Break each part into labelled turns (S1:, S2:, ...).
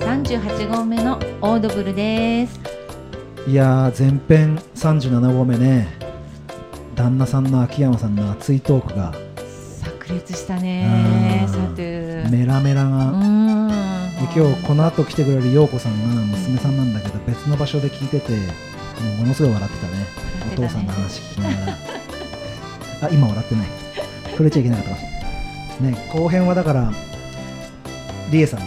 S1: 38号目のオードブルです
S2: いやー前編37号目ね旦那さんの秋山さんの熱いトークが
S1: 炸裂したね
S2: うん
S1: サトゥー
S2: メラメラ
S1: う
S2: が、
S1: ん
S2: で今日この後来てくれる陽子さんが娘さんなんだけど別の場所で聞いててもうものすごい笑ってたね
S1: 笑ってた
S2: お
S1: ね
S2: 父さんの話聞きながら あ今笑ってない触れちゃいけなかったかもね後編はだから理恵さんと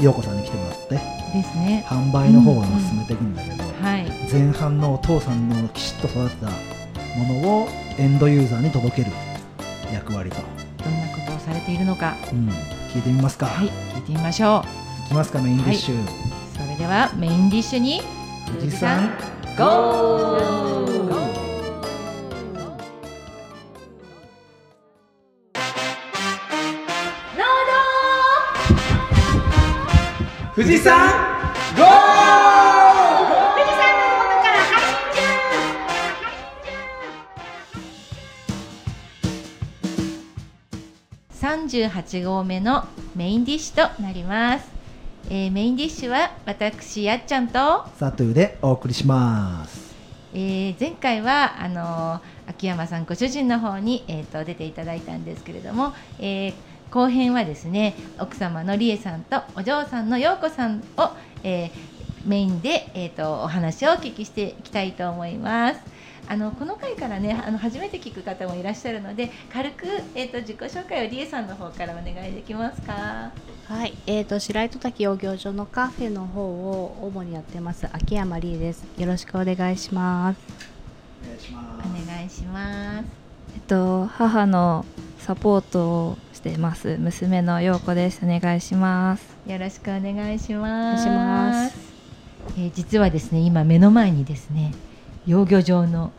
S2: 陽子さんに来てもらって
S1: ですね
S2: 販売の方を進めていくんだけど、
S1: はい
S2: 前半のお父さんのきちっと育てたものをエンドユーザーに届ける役割と、
S1: どんなことをされているのか
S2: うん、聞いてみますか、
S1: はい聞いてみましょ
S2: いきますかメインディッシュ、
S1: うそれではメインディッシュに
S2: おじさん
S1: ゴー
S3: 富士山ゴー
S1: 38号目のメインディッシュとなります、えーメインディッシュは私やっちゃんと、
S2: サトゥーでお送りします
S1: えー前回はあのー秋山さんご主人の方に、えー、と出ていただいたんですけれども、えー後編はですね奥様の理恵さんとお嬢さんの陽子さんを、えーメインで、えー、とお話をお聞きしていきたいと思います。あのこの回からねあの初めて聞く方もいらっしゃるので軽く、えー、と自己紹介を理恵さんの方からお願いできますか。
S4: はい、えー、と白糸滝養魚場のカフェの方を主にやってます秋山理恵です。よろしくお願いします。
S2: お願いしま
S1: お願いします。
S5: えっと、母のサポートをしています娘の陽子ですお願いします
S1: よろしくお願いします。
S4: お願いします
S1: えー実はですね、今目の前にですね、養魚場の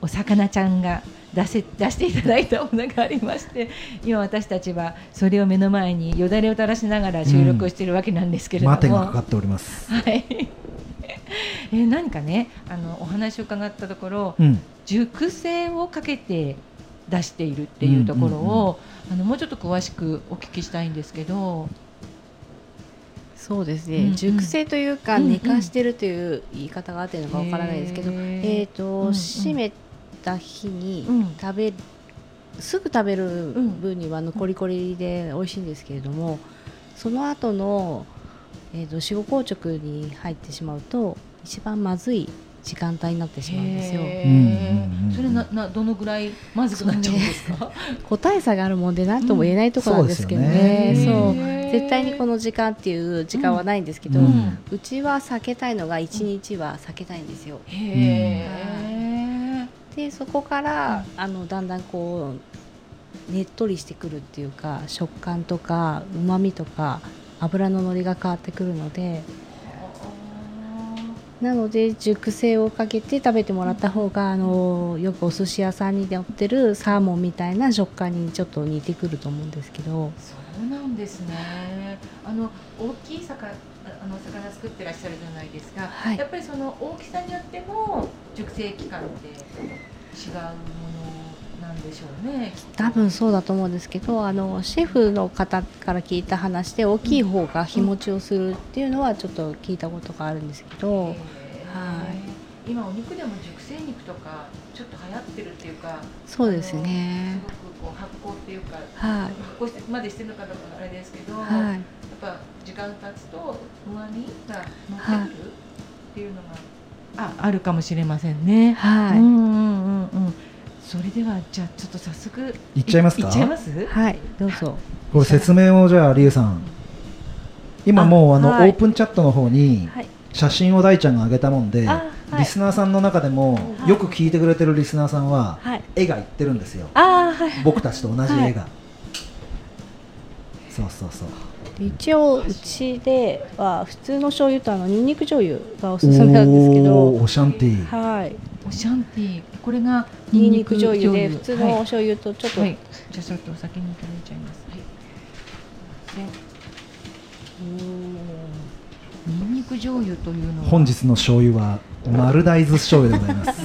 S1: お魚ちゃんが出せ出していただいたものがありまして、今私たちはそれを目の前によだれを垂らしながら収録をしているわけなんですけれども、
S2: 待てがかかっております
S1: はい。 えー何かね、あのお話を伺ったところ、
S2: うん
S1: 熟成をかけて出しているっていうところを、あのもうちょっと詳しくお聞きしたいんですけど、
S4: そうです
S1: うんうん
S4: 熟成というか、
S1: うんうん
S4: 寝かしてるという言い方が合ってるのかわからないですけど、
S1: へー
S4: えーと
S1: んうん
S4: 閉めた日に
S1: うん
S4: 食べるすぐ食べる
S1: ん
S4: 分にはあのコリコリで美味しいんですけれども、その後のえーと死後硬直に入ってしまうと一番まずい時間帯になってしまうんですよ。
S1: へ
S2: うんうんうんうん
S1: ーそれななどのぐらいまずくなっちゃうんですか。
S4: 個体差があるもんで何とも言えないところなんですけど
S2: う
S4: ね,、
S2: ん
S4: そう
S2: そうで
S4: 絶対にこ
S1: の
S4: の時間っていう時間はないんですけど、
S2: う
S4: うんちは避けたいのが1日は避けたいんですよ
S1: へー
S4: でそこから、あのだんだんこうねっとりしてくるっていうか食感とかうまみとか油の乗りが変わってくるのでなので熟成をかけて食べてもらった方があのよくお寿司屋さんに乗ってるサーモンみたいな食感にちょっと似てくると思うんですけど。
S1: そうなんですね。あの大きい魚あの魚作ってらっしゃるじゃないですか。
S4: はい
S1: やっぱりその大きさによっても熟成期間って違うものなんでしょうね。
S4: 多分そうだと思うんですけどあのシェフの方から聞いた話で大きい方が日持ちをするっていうのはちょっと聞いたことがあるんですけど、
S1: へー
S4: は
S1: 今お肉でも熟成肉とかちょっと流行ってるっていうか。
S4: そうです
S1: す
S4: ね
S1: ごくこう発酵っていうか
S4: は
S1: 発酵し
S4: い
S1: てまでしてるのかどうかあれですけど、やっ
S4: はい
S1: ぱ時間経つと旨味が乗ってくるっていうのが、ああるかもしれませんね。
S4: はい、
S1: うんうんうんうん。それではじゃあちょっと早速
S2: いっちゃいますか
S1: いっちゃいます？
S4: はいどうぞ
S2: これ説明をじゃあ理恵さん今もうあの
S5: はい
S2: オープンチャットの方に
S5: はい
S2: 写真を大ちゃんが上げたもんで、
S5: あは
S2: リ
S5: い
S2: スナーさんの中でも
S5: はい
S2: よく聞いてくれてるリスナーさんは
S5: はい
S2: 絵がいってるんですよ
S5: あーはい
S2: 僕たちと同じ映画、そうそうそう
S4: 一応うちでは普通の醤油とあのニンニク醤油がおすすめなんですけ
S2: おー
S4: ど
S2: オシャンティー
S4: はい
S1: おシャンティこれが
S4: ニンニク醤油で普通のお
S1: はい
S4: 醤油とちょっと、
S1: はいじゃあちょっとお酒にいただいちゃいます。はい。ニンニク醤油というのは
S2: 本日の醤油は丸大豆醤油でございます
S1: あす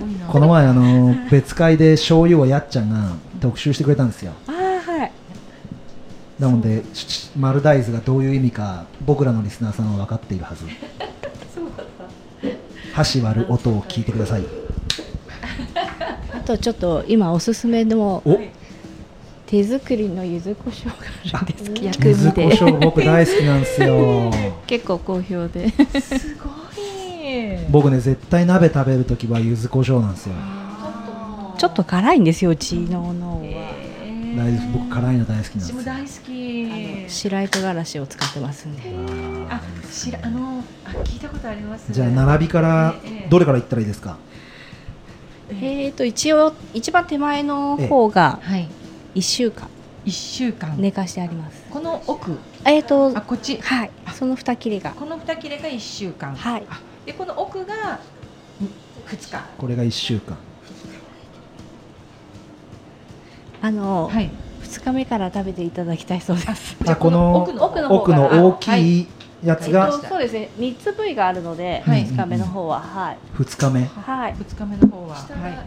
S1: ごいな。
S2: この前あの別会で醤油をやっちゃんが特集してくれたんですよ
S4: あーはい
S2: なのでしし丸大豆がどういう意味か僕らのリスナーさんは分かっているはず箸割る音を聞いてください
S4: あとちょっと今おすすめの
S2: お
S4: 手作りの柚子胡椒があるんですけど
S5: 薬
S2: 柚
S5: 味
S2: 子胡
S5: で
S2: 椒僕大好きなんですよ
S5: 結構好評で
S1: すごい。
S2: 僕ね絶対鍋食べるときは柚子胡椒なんですよ
S4: ちょっと辛いんですようちの脳は、
S2: 大豆僕辛いの大好きなんです
S1: 私
S2: よ
S1: も大好
S4: あの
S1: き。
S4: 白糸辛子を使ってますんで
S2: あ
S1: あ
S2: ーいいっ、す
S1: し
S2: ね
S1: ら、あの、あ、聞いたことあります。
S2: じゃあ並びから
S1: ええ
S2: どれからいったらいいですか
S4: えー、と一応一番手前の方が
S1: はい、
S4: 1週間
S1: 一週間。
S4: 寝かしてあります
S1: この奥、
S4: えー、と
S1: あ、こっち、
S4: はいその2切れが
S1: この二切れが一週間。
S4: はい
S1: あで、この奥が。二日。
S2: これが1週間
S4: あの、
S1: はい。
S4: 2日目から食べていただきたいそうです
S1: じゃあ
S2: この
S1: 奥の奥の方
S2: 奥
S1: から
S2: の大
S1: は
S2: きいやつ
S1: は
S2: が
S1: い
S4: そうですね3つ部位があるので、
S1: はい
S4: 2日目の方ははい
S2: 2日目
S4: はい
S1: 二日目の方は。はい。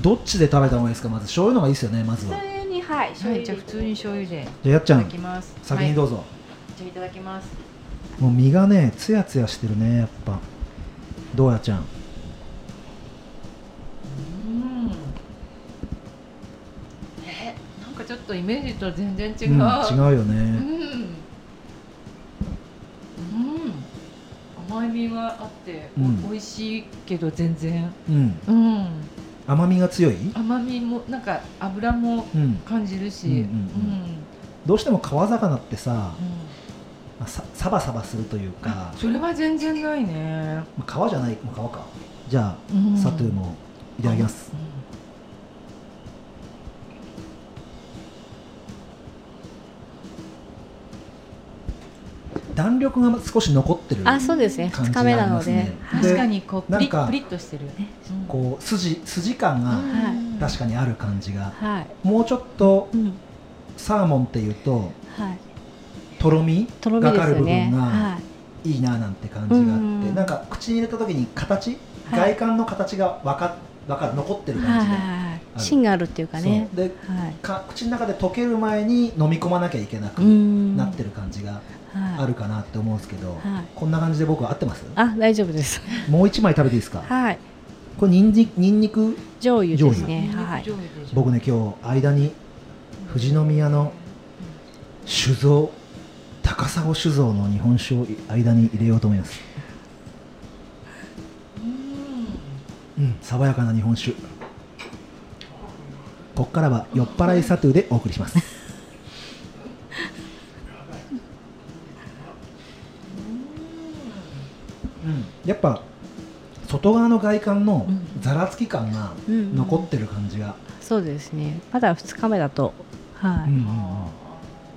S2: どっちで食べた方がいいですかまず醤油の方がいいですよねまずは
S4: 普通にはい醤
S1: はい、
S4: 油
S1: じゃあ普通に醤油で。い
S2: じゃあやっちゃ
S1: ただ
S2: ん
S1: きます。
S2: 先にど
S1: う
S2: うぞ、
S1: じゃあいただきます。
S2: もう身がねつやつやしてるねやっぱどうやちゃん
S1: うん。え、なんかちょっとイメージと全然違う。
S2: うん、違うよ
S1: う
S2: ね、
S1: ん。うん。甘みがあって、お
S2: うん
S1: 美味しいけど全然。
S2: うん、
S1: うん。
S2: 甘みが強い、
S1: 甘みもなんか油も
S2: うん、
S1: 感じるし、
S2: う
S1: うんん
S2: うんどうしても川魚ってさ
S1: うん
S2: まあさサバサバするというか
S1: それは全然ないね。
S2: まあ川じゃない、まあ川かじゃ
S1: う
S2: あ
S1: ん
S2: サトゥーもいただきます、弾力が少し残ってる
S4: あそうですね
S2: 感
S4: 2
S2: じが
S4: 日
S2: あ
S4: 目
S2: り
S4: な
S2: ま
S4: の
S2: す
S4: で
S2: ね
S1: うん確かにこうプリ
S2: なんか
S1: ップリッとしてる。うん
S2: こう筋筋感
S1: う
S2: が
S1: ん
S2: 確かにある感じが、
S4: はい、
S2: もうちょっと
S4: うん
S2: サーモンっていうと
S4: はい、
S2: とろみ
S4: とろみですよね
S2: がかか
S4: はい
S2: いいななんて感じがあって、
S4: うん
S2: なんか口に入れた時に形、
S4: はい
S2: 外観の形がわかわかる残ってる
S4: はい
S2: 感じ
S4: は
S2: が、
S4: いはい芯があるっていうかね
S2: そうで
S4: はい
S2: か口の中で溶ける前に飲み込まなきゃいけなくな
S4: な
S2: ってる感じが
S4: はい、
S2: あるかなって思うんですけど、
S4: はい
S2: こんな感じで僕は合ってます
S4: あ大丈夫です
S2: もう一枚食べていいですか
S4: はい
S2: これにんににんにく
S4: 醤油ですね
S1: ニンニク
S4: はい
S1: 醤油でしょ
S2: 僕ね今日間に富士宮の酒造高砂酒造の日本酒を間に入れようと思います、
S1: うん
S2: うん、爽やかな日本酒こっからは酔っ払いサトゥーでお送りしますうん、やっぱ外側の外観のざらつき感が残ってる感じが、
S4: そうですねまだ2日目だとは
S2: うんうんうん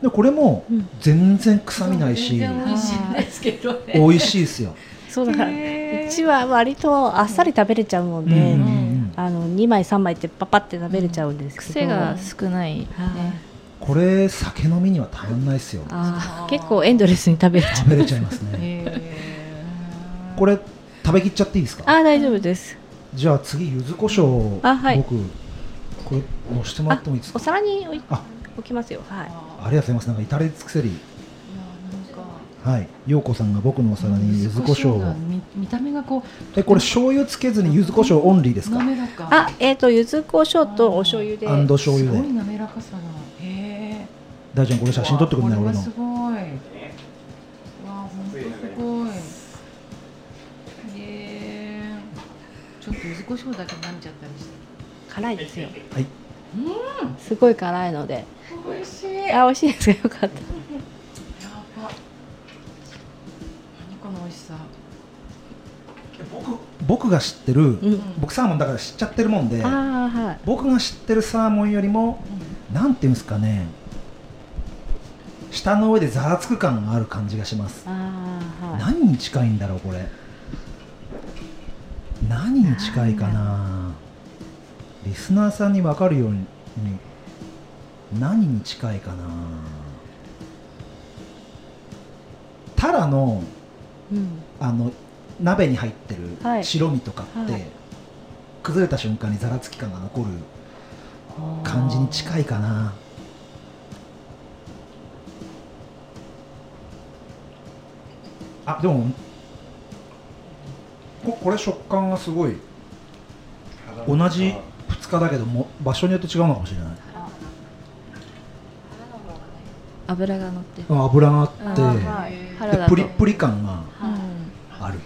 S2: でこれも
S4: うん
S2: 全然臭みないし、
S1: 全然美味しいんですけどね。
S2: 美味しいですよ、
S4: いそうだから
S1: へー
S4: うちは割とあっさり食べれちゃうので、
S2: うんうんうん
S4: あの2枚3枚ってパパって食べれちゃうんですけ
S5: 癖
S4: ど
S5: が少ない
S4: はい
S2: これ酒飲みにはたまんないですよ
S4: あー結構エンドレスに食べれちゃう
S2: 食べれちゃいま すね
S1: へー
S2: これ食べきっちゃっていいですか
S4: あー大丈夫です
S2: じゃあ次柚子胡椒を
S4: あはい
S2: 僕これ押してもらってもいいですか
S4: お皿に置い
S2: あ
S4: 置きますよはい
S2: ありがとうございますなんか至れり尽くせり
S1: いやなんか
S2: はい陽子さんが僕のお皿に柚子胡椒
S1: が
S2: を
S1: 見見た目がこう
S2: えこれ醤油つけずに柚子胡椒オンリーですか
S1: 滑らか
S4: あえっ、と柚子胡椒とお醤油で
S2: アンド醤油
S1: す
S2: で
S1: ごい滑らかさがへえ
S2: 大ちゃんこれ写真撮ってくんない
S1: これ
S2: 俺
S1: は
S2: の
S1: すごいわあ本当すごいへえちょっと柚子胡椒だけ舐めちゃったりして
S4: 辛いですよ
S2: はい
S4: すごい辛いので
S1: 美味しいやば
S4: あ美味しいですよかった
S1: 何この美味しさ
S2: 僕僕が知ってる、
S4: うん
S2: 僕サーモンだから知っちゃってるもんで
S4: ああはい
S2: 僕が知ってるサーモンよりもなんていうんですかね舌の上でざらつく感がある感じがします
S4: ああはい
S2: 何に近いんだろうこれ何に近いかなリスナーさんに分かるように何に近いかなタラの
S4: うん
S2: あの鍋に入って
S4: は
S2: る
S4: い
S2: 白身とかって、
S4: はい
S2: 崩れた瞬間にざらつき感が残る感じに近いかなあでもここれ食感がすごい同じ2日だけども場所によって違うのかもしれない
S5: 油が乗ってる。
S2: 油があって、
S5: 腹だ
S2: でプ
S5: と。
S2: リップリ感が
S5: うん
S2: ある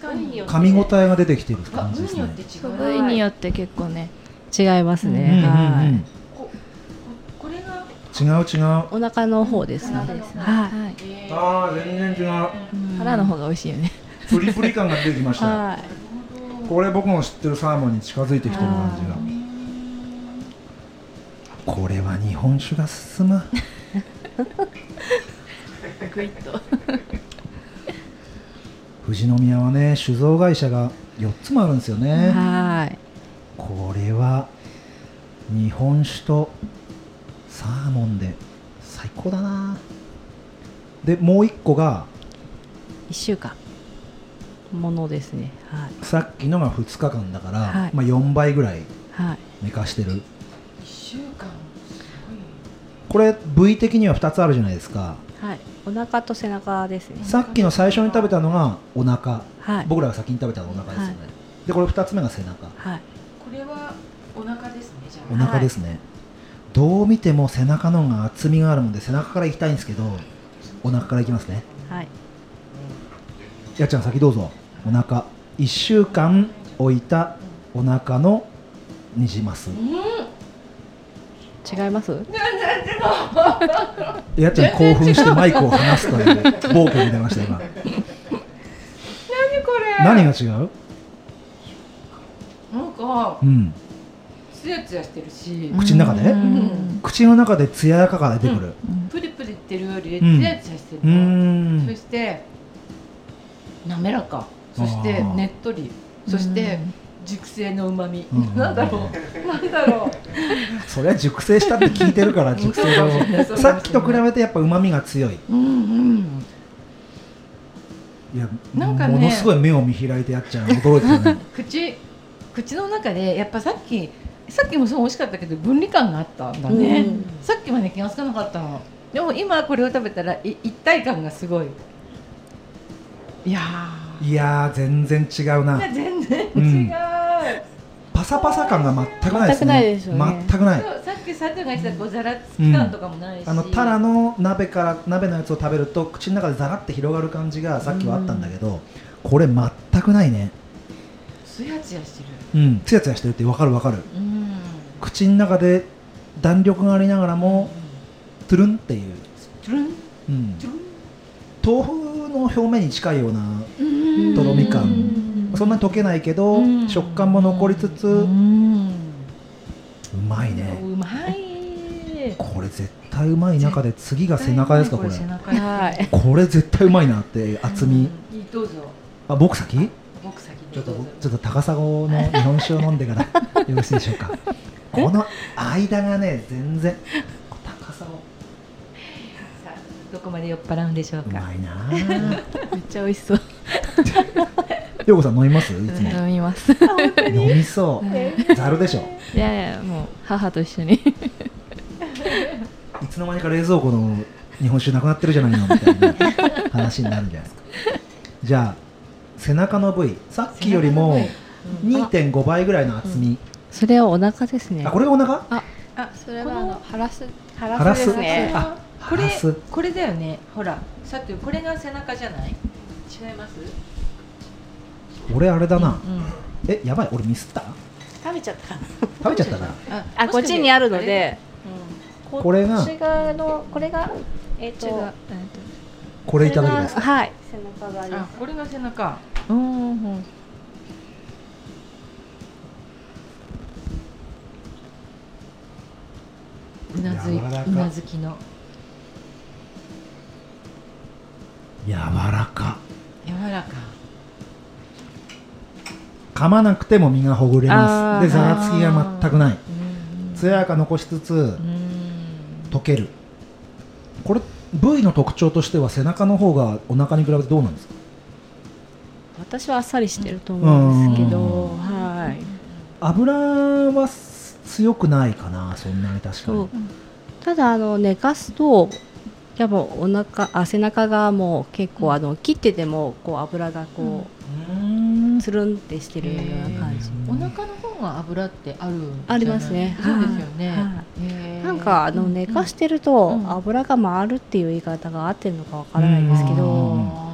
S1: 確かに
S2: 噛み応えが出てきてる感じ
S1: 部
S2: で
S1: 位
S2: す
S1: によ
S2: ね
S1: って違
S5: そうう
S1: な
S5: 部位によって結構ね。
S4: 違います
S5: て
S2: うんうん
S4: ね、
S2: うん
S4: はい
S1: ここれが
S2: 違う違う
S4: お腹の方ですね
S1: お腹
S5: ですね。
S4: はい
S5: はい。
S1: えー
S2: あー全然違う
S5: 腹の方が美味しいよね。
S2: プリプリ感が出てきましたよ
S4: は
S2: これ僕の知ってるサーモンに近づいてきてる感じがこれは日本酒が進む
S5: グイッと。
S2: 富士宮はね酒造会社が4つもあるんですよね、
S4: いはい
S2: これは日本酒とサーモンで最高だなでもう一個が
S4: 一週間ものですねはい
S2: さっきのが2日間だから、
S4: はい
S2: まあ、4倍ぐらい
S4: はい
S2: 寝かしてる
S1: 1週間
S2: これ部位的には2つあるじゃないですか
S4: はいお腹と背中ですね
S2: さっきの最初に食べたのがお腹
S4: はい
S2: 僕らが先に食べたのがお腹ですよね、でこれ2つ目が背中
S4: はい
S1: これはお腹ですねじゃ
S2: お腹ですね、どう見ても背中の方が厚みがあるので背中からいきたいんですけどお腹からいきますね
S4: はい
S2: やっちゃん先どうぞお腹1週間置いたお腹のにじます
S4: 違います
S2: やっちゃん興奮してマイクを離すという暴挙に出ました今
S1: 何これ
S2: 何が違う
S1: なんか
S2: うん
S1: ツヤツヤしてるし
S2: 口の中で
S5: うん
S2: 口の中で艶やかが出てくる
S1: プリプリってるより
S2: うん
S1: ツヤツヤして
S2: う
S1: る
S2: ー
S1: の、
S2: ん
S1: そして滑らかそして
S2: あー
S1: ねっとりそして熟成のうまみ、
S2: うん
S1: なんだろうなんだろ
S2: それは熟成したって聞いてるから熟成
S1: そうかもしれないそうかもしれな
S2: の
S1: い
S2: さっきと比べてやっぱうまみが強いう
S1: うん
S2: いや
S1: なんかね
S2: ものすごい目を見開いてやっちゃん驚いて たね
S1: 口口の中でやっぱさっきさっきもすごい美味しかったけど分離感があったんだね、
S4: うん
S1: さっきまで気がつかなかったのでも今これを食べたらい一体感がすごいいや
S2: いやー全然違うな
S1: ー全然違う、
S2: うんパサパサ感が全くないですね
S4: 全くないですよね
S2: 全くない
S1: そうさっき佐藤が言ってたこうざらつき感とかもないし、
S2: あのタラの鍋から鍋のやつを食べると口の中でザラって広がる感じがさっきはあったんだけど、これ全くないね
S1: ツヤツヤしてる
S2: うんツヤツヤしてるって分かる分かる
S1: うん
S2: 口の中で弾力がありながらもトゥルンっていう、
S1: トゥルン
S2: うん、
S1: トゥ
S2: 豆腐の表面に近いような
S1: ルン
S2: とろみ感
S1: うん
S2: そんなに溶けないけど、
S1: うん
S2: 食感も残りつつ、う
S1: うん
S2: まいね
S1: うまい
S2: これ絶対うまい中で次が背中ですかこれ
S1: 背中
S4: はい
S2: これ絶対うまいなって厚み、
S1: うんいいどうぞ
S2: あ僕先
S1: 僕先に
S2: ちょっと
S1: どう
S2: ぼ
S1: ぞ
S2: ちょっと高砂の日本酒を飲んでから よろしいでしょうかこの間がね全然高砂う
S1: さあどこまで酔っ払うんでしょうか
S2: まいなぁ
S4: めっちゃ美味しそう
S2: ようこさん飲みますいつも
S5: 飲みます。
S2: 飲みそうざるでしょ
S5: いやいや、もう母と一緒に。
S2: いつの間にか冷蔵庫の日本酒なくなってるじゃないのみたいな話になるんじゃないですかじゃあ背中の部位さっきよりも2.5倍ぐらいの厚み
S4: それはお腹ですね
S2: あこれがお腹
S1: あ
S5: それ
S1: はあの
S5: ハラス。
S4: ハ
S2: ハラス
S1: すね
S2: あ
S1: こ
S2: ハ
S1: れ
S2: ラス
S1: これだよねほらさてこれが背中じゃない違います
S2: 俺あれだな
S1: うん
S2: えやばい俺ミスった
S4: 食べちゃったかな
S2: 食べちゃったな
S1: あ
S4: あこっちにあるので
S2: これが
S4: こっち側のこれがえっ、と
S5: が。
S2: これいただきます
S4: これがはい背中側
S1: あ
S4: で
S1: あこれが背中
S5: うん。
S1: うなずい
S2: 柔ら
S1: う
S2: か
S1: なずきの
S2: 柔らか
S1: 柔らか
S2: 噛まなくても身がほぐれま
S4: あー
S2: すでざらつきが全くない
S1: うん
S2: 艶やか残しつつ
S1: うん
S2: 溶けるこれ部位の特徴としては背中の方がお腹に比べてどうなんですか
S4: 私はあっさりしてると思うんですけど
S2: う
S4: はい
S2: 油はす強くないかなそんなに確か
S4: そう
S2: に
S4: ただあの寝かすとやっぱお腹あ背中がもう結構、あの切っててもこう油がこう、つるんってしてるような感じ、
S1: お腹の方が油ってあるんじゃない
S4: ありますね
S1: そうですよね、
S5: はいはい
S1: へー
S4: なんかあの
S1: うん
S4: 寝かしてると
S1: うん
S4: 油が回るっていう言い方が合ってるのかわからないんですけど、
S2: うん
S4: うん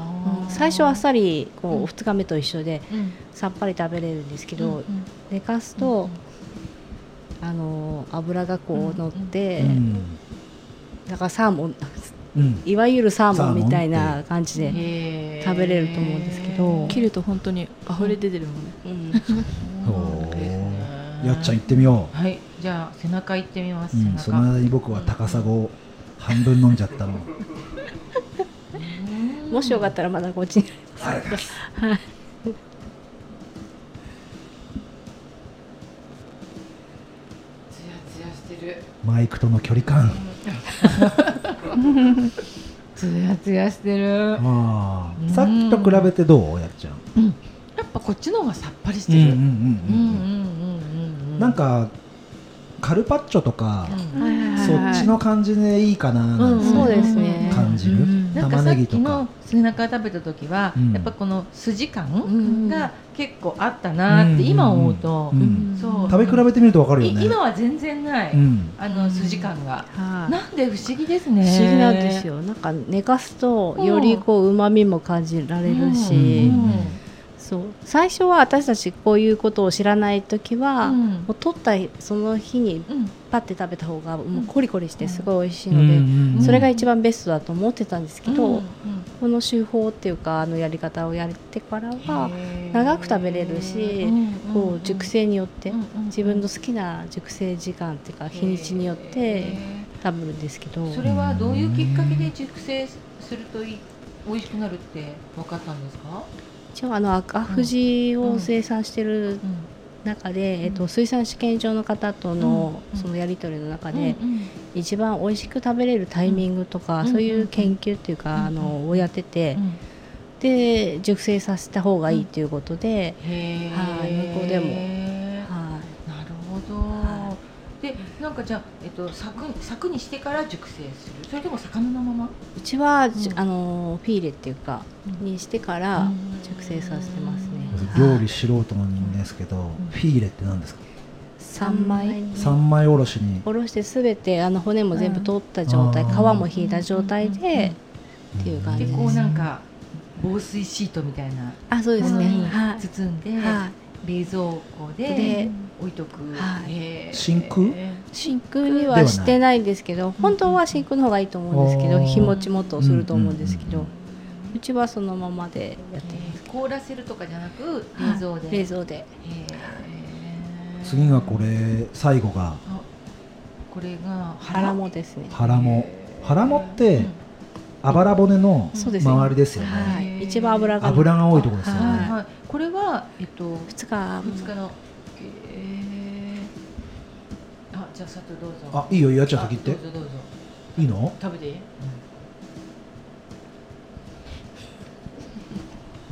S4: 最初はあっ、さりこ
S1: うん
S4: う2日目と一緒で
S1: あーうん
S4: さっぱり食べれるんですけど、
S1: うんうん
S4: 寝かすと、あの油がこう乗って、
S2: うん
S4: だからサーモン
S2: うん
S4: いわゆるサー
S2: サー
S4: モ
S2: モン
S4: ンみたいな感じで、
S1: へー
S4: 食べれると思うんですけど
S6: 切ると本当に溢れ出てるもんね、
S4: うん
S1: そうなんですね
S2: やっちゃん行ってみよ
S1: はいじゃあ背中行ってみます、
S2: う、うん、
S1: 背
S2: その
S1: 中
S2: 間に僕は高砂を半分飲んじゃったの
S4: もしよかったらまだこっちに
S2: あれです
S1: ツヤツヤしてる
S2: マイクとの距離感
S1: ツヤツヤしてる
S2: あ
S1: うん
S2: あさっきと比べてどうやっちゃん
S1: やっぱこっちの方がさっぱりし
S2: うんう
S1: てる、
S2: ん
S1: う
S2: う
S1: う
S2: ん
S1: ん
S2: ん
S1: う
S2: うん
S1: んうんう
S2: うんんなん、かカルパッチョとか
S1: うん
S5: はいはいはい
S2: そっちの感じでいいかななんて
S1: うんそうです
S4: ね
S2: 感じる
S5: うん
S1: なんか
S2: 玉
S1: さ
S2: ね
S1: っ
S2: ぎ
S1: き
S2: とか
S1: の背中食べた時は、
S2: うん
S1: やっぱこの筋感
S4: ん
S1: が結構あったなって今思うと、
S2: うん
S4: うん
S1: そう
S2: 食べ比べてみるとわかるよ
S1: い
S2: ね
S1: 今は全然ない、
S2: うん
S1: あの筋感が、
S4: はい
S1: なんで不思議ですね
S4: 不思議なんですよなんか寝かすとよりこうまみも感じられるし、
S2: うん
S4: そう最初は私たちこういうことを知らない時は、
S1: うん
S4: もう取ったその日に
S1: うん
S4: パッて食べた方がもうコリコリして
S1: うん
S4: すごい美味しい
S2: うんう
S4: ので、
S2: んうん
S4: それが一番ベストだと思ってたんですけど、
S1: うん
S4: この手法っていうかあのやり方をやってから
S1: う
S4: は
S1: ん
S4: 長く食べれるし
S1: うん
S4: こう熟成によって
S1: うんうんうん
S4: 自分の好きな熟成時間っていうか日にちによって
S1: へ
S4: 食べるんですけど
S1: ーそれはどういうきっかけで熟成するといい美味しくなるって分かったんですか、
S4: 一応あの赤富士を生産してる中で、えっ
S1: う
S4: と、水産試験場の方との
S1: うん
S4: そのやり取りの中
S1: うん
S4: で
S1: うん
S4: 一番美味しく食べれるタイミングとか、
S1: うん
S4: そういう研究っていうか、
S1: うん
S4: あのをやってて、
S1: うん
S4: で熟成させた方がいいっていうことで、
S1: へー
S4: はい向こうでもは
S1: なるほど、
S4: は
S1: でなんかじゃあ、えっと、柵に柵にしてから熟成するそれとも魚のまま
S4: い、うちは、
S1: ん
S4: じあのフィーレっていうかにしてから熟成させてますね、
S2: 料
S4: はい
S2: 理素人の人間ですけど、フィーレって何ですか、
S4: 三枚
S2: 三枚おろしに
S4: おろしてすべてあの骨も全部取った状態、
S2: うん
S4: 皮も引いた状態で、っていう感
S1: で
S4: じです
S1: こうなんか防水シートみたいな
S4: あそうです
S1: もの
S4: ね、
S1: に
S4: はい
S1: 包んで、
S4: はい
S1: 冷蔵庫で
S4: で
S1: 置いとく、
S4: はい
S1: へー
S2: 真空
S4: 真空にはしてないんですけど本当は真空の方がいいと思うんですけ
S2: う
S4: ど
S2: ん
S4: 日持ちもっとすると思うんですけ
S2: う
S4: ど
S2: ん
S4: うちはそのままでやってます
S1: 凍らせるとかじゃなく
S4: は
S1: 冷
S4: い
S1: 蔵で、
S4: 冷蔵で
S1: へー
S2: 次がこれ最後が
S1: あこれが
S4: 腹もですね
S2: 腹も腹もって
S1: うん
S2: あばら骨の
S4: そうですね
S2: 周りですよね
S4: はい一番油が
S2: 油が多いところですよね、
S1: はいはい、これは、えっと、
S4: 2日
S1: 二日の。えー、あ、じゃあ、佐藤どうぞ。
S2: あいいよやっちゃん先行
S1: ど
S2: っ
S1: う
S2: て
S1: ぞ、どうぞ。
S2: いいの
S1: 食べていい。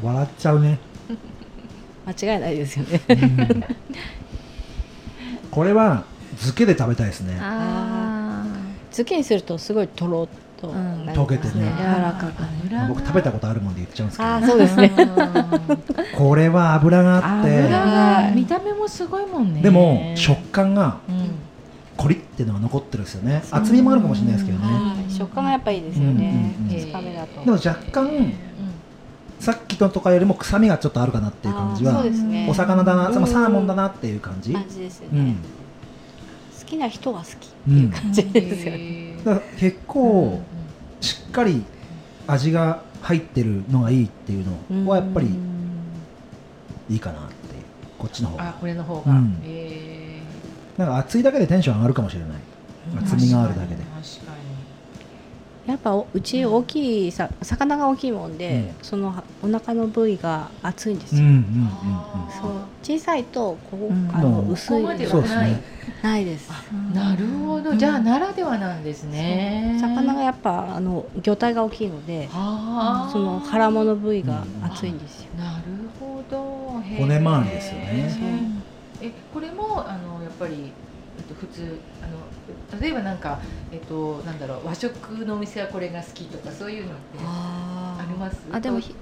S2: 笑っちゃうね、
S4: 間違いないです よね
S2: うんこれは漬けで食べたいですね
S5: あ
S4: 漬けにするとすごいとろっとなり
S2: 溶け
S4: ま
S2: て
S4: す
S2: ね
S4: ね柔らかく
S1: 油が
S2: 僕食べたことあるもんで言っちゃうんですけ
S4: ああ
S2: ど
S4: そうですね
S2: これは油があって
S1: 油が
S4: はい
S1: 見た目もすごいもんね。
S2: でも食感が
S1: うん。
S2: コリってのが残ってるんですよね厚みもあるかもしれないですけどね
S4: はい食感がやっぱいいですよね
S2: うんうんうん
S4: 2日目だと
S2: でも若干さっきのとかよりも臭みがちょっとあるかなっていう感じ
S4: あーそう
S2: は
S4: ですね
S2: お魚だな、
S4: うん
S2: そのサーモンだなっていう感じ、
S4: 感じですよ
S2: う
S4: ね
S2: ん
S4: 好きな人は好きって
S2: う、
S4: いうん
S2: だか
S4: 感じですよね
S1: ね
S2: ら結構しっかり味が入ってるのがいいっていうのはやっぱりいいかなっていうこっちの方
S1: あ
S2: が、
S1: これの方が。
S2: うん
S1: え
S2: なんか熱いだけでテンション上がるかもしれない厚みがあるだけで
S1: 確か
S4: やっぱおうち大きいさ魚が大きいもんで、
S2: う
S4: そのお腹の部位が厚いんです
S2: うん
S4: よ、
S2: うんうん
S1: ー
S4: そう小さいとここ、
S5: うん
S4: あの
S2: もう
S4: 薄
S1: こ
S4: い
S1: こま
S2: う
S1: で
S2: ん
S1: は
S2: そうです
S1: な
S2: ね
S1: い
S4: ないです
S1: に。なるほど、じゃあ、ならではなんですね。
S4: 魚がやっぱあの魚体が大きいので
S1: はあ。
S4: その腹もの部位が厚いんですよ、
S1: なるほど。へー
S2: 骨周りですよね
S1: え、これもあのやっぱりあと普通あの例えばなんかえっとなんだろう和食のお店はこれが好きとかそういうのって
S6: あ
S1: あります？
S5: あでもひ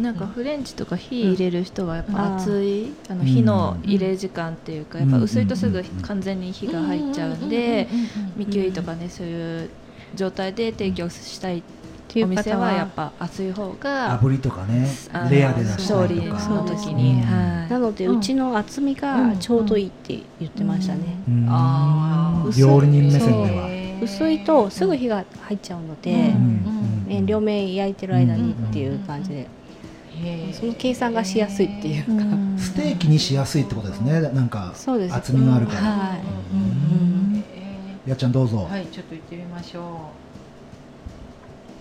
S5: なんかフレンチとか火入れる人はやっ
S4: うん
S5: ぱ熱い、あの
S2: うん
S5: 火の入れ時間っていうかやっぱ薄いとすぐ
S2: うん
S5: 完全に火が入っちゃうんで未給油とかねそういう状態で提供したいお店はやっぱ熱い方が
S2: 炙りとかね
S5: あの
S2: レアで出した
S5: 調
S2: り
S5: 理
S2: と
S5: の
S2: か
S4: そうです
S5: 時に、
S2: うん
S5: はい
S4: なので
S1: うん
S4: うちの厚みがちょうどいいって言ってましたね、
S2: うん
S1: あ
S4: ー
S2: 料理人目線では
S4: 薄いとすぐ火が入っちゃうので、
S2: うん
S4: えー両面焼いてる間にっていう感じで、その計算がしやすいっていうか、
S2: ステーキにしやすいってことですねなんか
S4: そうです
S2: 厚みがあるから、
S4: はい
S2: うんやっちゃんどうぞ、
S1: はい、ちょっと行ってみましょ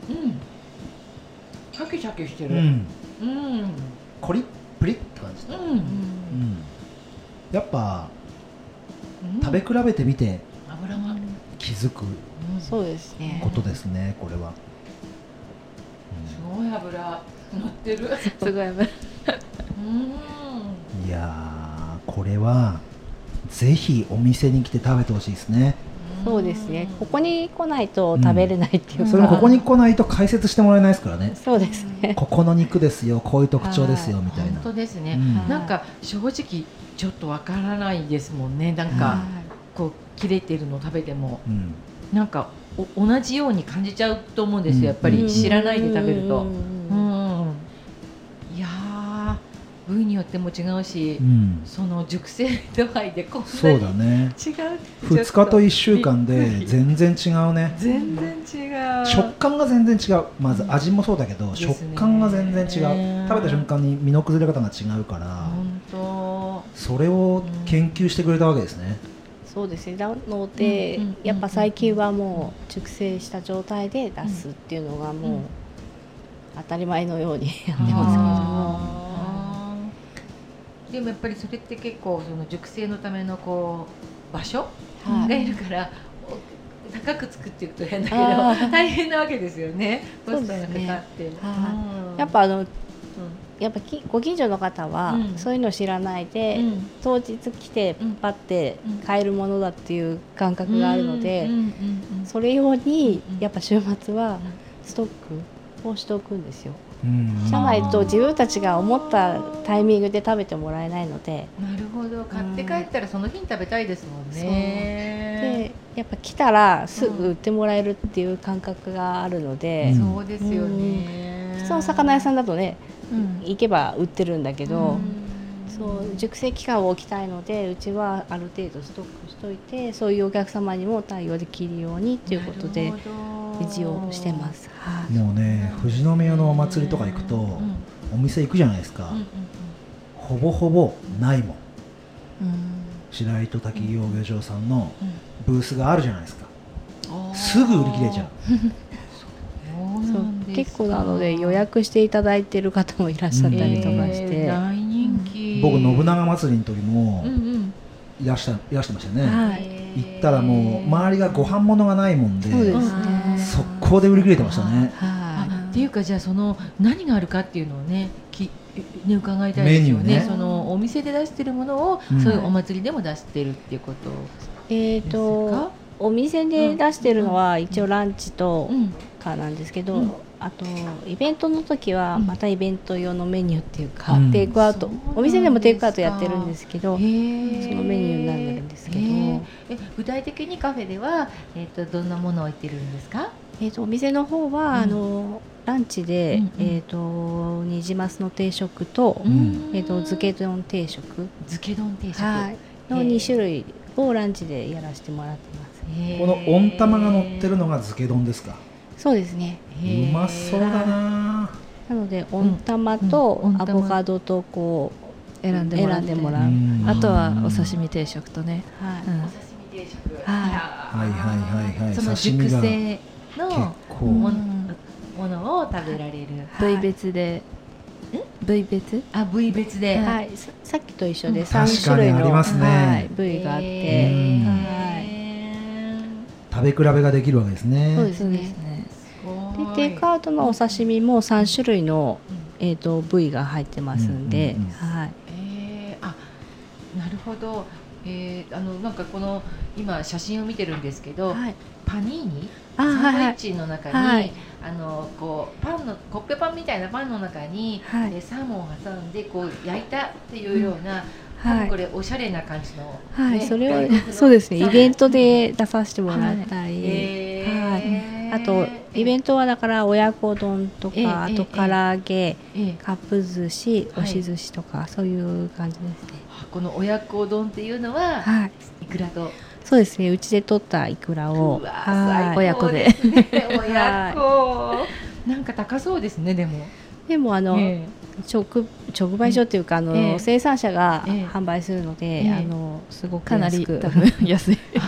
S1: う。うん。シャキシャキして
S2: う
S1: る。
S2: ん
S1: うん。うん。
S2: コリップリッって感じ、
S1: う
S2: うんやっぱ
S1: ん
S2: 食べ比べてみて
S1: 油が。
S2: 気づく
S1: そ
S4: そうですね
S2: ことですねこれは、
S1: すごい油乗ってる。
S5: すごい油
S1: うん。
S2: うんいやーこれはぜひお店に来て食べてほしいですね、
S4: そうですねここに来ないと食べれないっていうか、
S5: うん
S2: それもここに来ないと解説してもらえないですからね
S4: そうですね
S2: ここの肉ですよこういう特徴ですよみたいな
S1: 本、当です
S2: う
S1: ね。
S2: ん
S1: なんか正直ちょっとわからないですもんね。なんかこう切れてるの食べても
S2: うん
S1: なんかお同じように感じちゃうと思うんですよ。やっぱ
S2: うん
S1: り知らないで食べると。う
S4: うん
S1: んいやー部位によっても違うし、
S2: うん
S1: その熟成度合いでこんなに
S2: そうだね
S1: 違う
S2: 2日と
S1: い
S2: 1週間で全然違うね
S1: 全然違う
S2: 食感が全然違うまず味もそうだけど、
S1: ですね
S2: 食感が全然違う
S1: ね
S2: 食べた瞬間に身の崩れ方が違うから、
S1: 本当
S2: それを研究してくれたわけですね、
S4: そうですねなので、
S1: うんうんうんうん
S4: やっぱ最近はもう熟成した状態で出すっていうのがもう、
S1: うん
S4: 当たり前のようにやってますけども
S1: あーでもやっぱりそれって結構その熟成のためのこう場所
S4: はい
S1: がいるから、お高く作っていくと変だけど
S4: あー
S1: 大変なわけですよねコストがかかって、
S4: は
S1: うん
S4: やっぱあの
S1: うん
S4: やっぱきご近所の方は、
S1: うん
S4: そういうの知らないで、
S1: うん
S4: 当日来て
S1: うん
S4: パッて
S1: うん
S4: 買えるものだっていう感覚があるので、
S1: うんうんうんうん
S4: それ用に
S1: うん
S4: やっぱ週末は
S1: ん
S4: ストックをしておくんですよ。
S2: うん
S4: じゃないと自分たちが思っ
S1: あ
S4: た
S1: ー
S4: タイミングで食べてもらえないので
S1: なるほど買って帰ったらその日に食べたいですもんね。
S4: でやっぱ来たらすぐ売ってもらえるっていう感覚があるので、
S2: うん
S1: そうですよね。
S4: 普通の魚屋さんだとね、
S5: うん
S4: 行けば売ってるんだけ
S1: う
S4: ど、
S1: ん
S4: そう熟成期間を置きたいのでうちはある程度ストックしといてそういうお客様にも対応できるようにということで
S1: なるほど
S4: 一応してます。はい
S2: でもね富士宮のお祭りとか行くと、
S1: うんうん
S2: お店行くじゃないですか、
S1: うんうん
S2: ほぼほぼないもん
S5: うん
S2: 白糸滝養魚場さんの
S1: うん
S2: ブースがあるじゃないですか、
S1: あー
S2: すぐ売り切れちゃう
S1: そう
S4: そう
S1: なんですか
S4: 結構なので予約していただいてる方もいらっしゃったりとかして、
S1: えー大人気。
S2: 僕信長祭りの時も
S1: うんうん
S2: いらしたいらしてましたね、
S5: はい
S2: 行ったらもう周りがご飯物がないもんで
S4: そうです
S5: うん
S4: ね。
S2: 速攻で売り切れてましたね
S4: は
S1: あっていうかじゃあその何があるかっていうのをねきね伺いたいですよ
S2: メニュ
S1: ね
S2: ーね
S1: そのお店で出してるものを、
S2: うん
S1: そういうお祭りでも出してるっていうこと
S4: い。えっ、
S1: ですか、
S4: とお店で出してるのは一応ランチと
S1: うん、
S4: かなんですけど、
S1: うん
S4: あとイベントの時は
S1: うん
S4: またイベント用のメニューっていうか、
S2: うん
S4: テイクアウ
S1: そ
S4: ト
S1: うなんですか
S4: お店でもテイクアウトやってるんですけど、
S1: へ
S4: そのメニューになるんですけど、
S1: へえ具体的にカフェでは、えっとどんなものを置いてるんですか
S4: えー、とお店の方は、
S1: ん
S4: あのランチ
S1: う
S4: で、
S1: んうん
S4: えー、とニジマスの定食と,、
S2: ん
S4: えー、と漬け丼定食
S1: 漬け丼定食、
S4: はいの
S1: へー
S4: 2種類をランチでやらせてもらってます。
S1: へえ
S2: この温玉が乗ってるのが漬け丼ですか
S4: そうですね
S1: へえ
S2: うまそうだな
S4: なので温玉と
S1: うん温
S4: ア
S1: 玉
S4: ボカドとこ
S5: 選んでもらっ
S4: 選んでもら
S5: て
S4: う
S2: うん
S5: あとはお刺身定食とね、
S4: う、はい
S5: うん
S1: お刺身定食
S5: はい
S2: はいはいはいはい
S1: その
S2: 刺身
S1: 熟
S2: が
S1: 成
S2: 結
S1: の
S2: 構、
S5: ん
S1: ものものを食べられる、
S5: 部位別で、部位別
S1: あ部位別で、
S4: はい、ささっきと一緒で
S5: うん
S4: 三
S2: 確か
S4: 種
S2: に
S4: 類の、
S2: ありますね
S4: はい、部位があって、
S1: へー
S4: はい
S2: 食べ比べができるわけですね
S4: そうですね。
S5: ね
S4: でテイクアウトのお刺身も三種類の、えー、と部位が入ってますんで、
S2: うんうんうん
S4: はい、
S1: えーあなるほどえー、あのなんかこの今写真を見てるんですけど、
S4: はい、
S1: パニーニ
S4: あ
S1: サンドイ
S4: はいは
S1: ッ
S4: い
S1: チの中に、
S4: はい
S1: あのこうパンのコッペパンみたいなパンの中に、
S4: はい
S1: えーサーモンを挟んでこう焼いたっていうような、
S4: は
S1: 多分こ
S4: い、
S1: れおしゃれな感じの、
S4: はい、
S1: ね
S4: それ
S1: 外
S4: を
S1: 国の
S4: そうですね
S1: サーモン
S4: イベントで出させてもらったり、
S1: えー
S4: あとイベ
S1: ン
S4: ントはだから親子丼とか、
S1: ええ
S4: あ
S1: ええ
S4: と唐揚げ、
S1: ト、ええ
S4: カップ寿司、
S1: はい
S4: 押し寿司とかそういう感じですね。
S1: あこの親子丼っていうのは、
S4: はい、
S1: い、くらと
S4: そうですね。うちで取ったイクラを
S1: うわ
S4: はい
S1: 最高ですね親
S4: は
S1: 子なんか高そうですねでも、
S4: でもあの、
S1: え
S4: 直直売所っていうかあの、
S1: ええ
S4: 生産者が
S1: ええ
S4: 販売するので、
S1: ええ
S4: あのすごく
S6: かなり
S4: 安く
S6: 多分安い
S1: え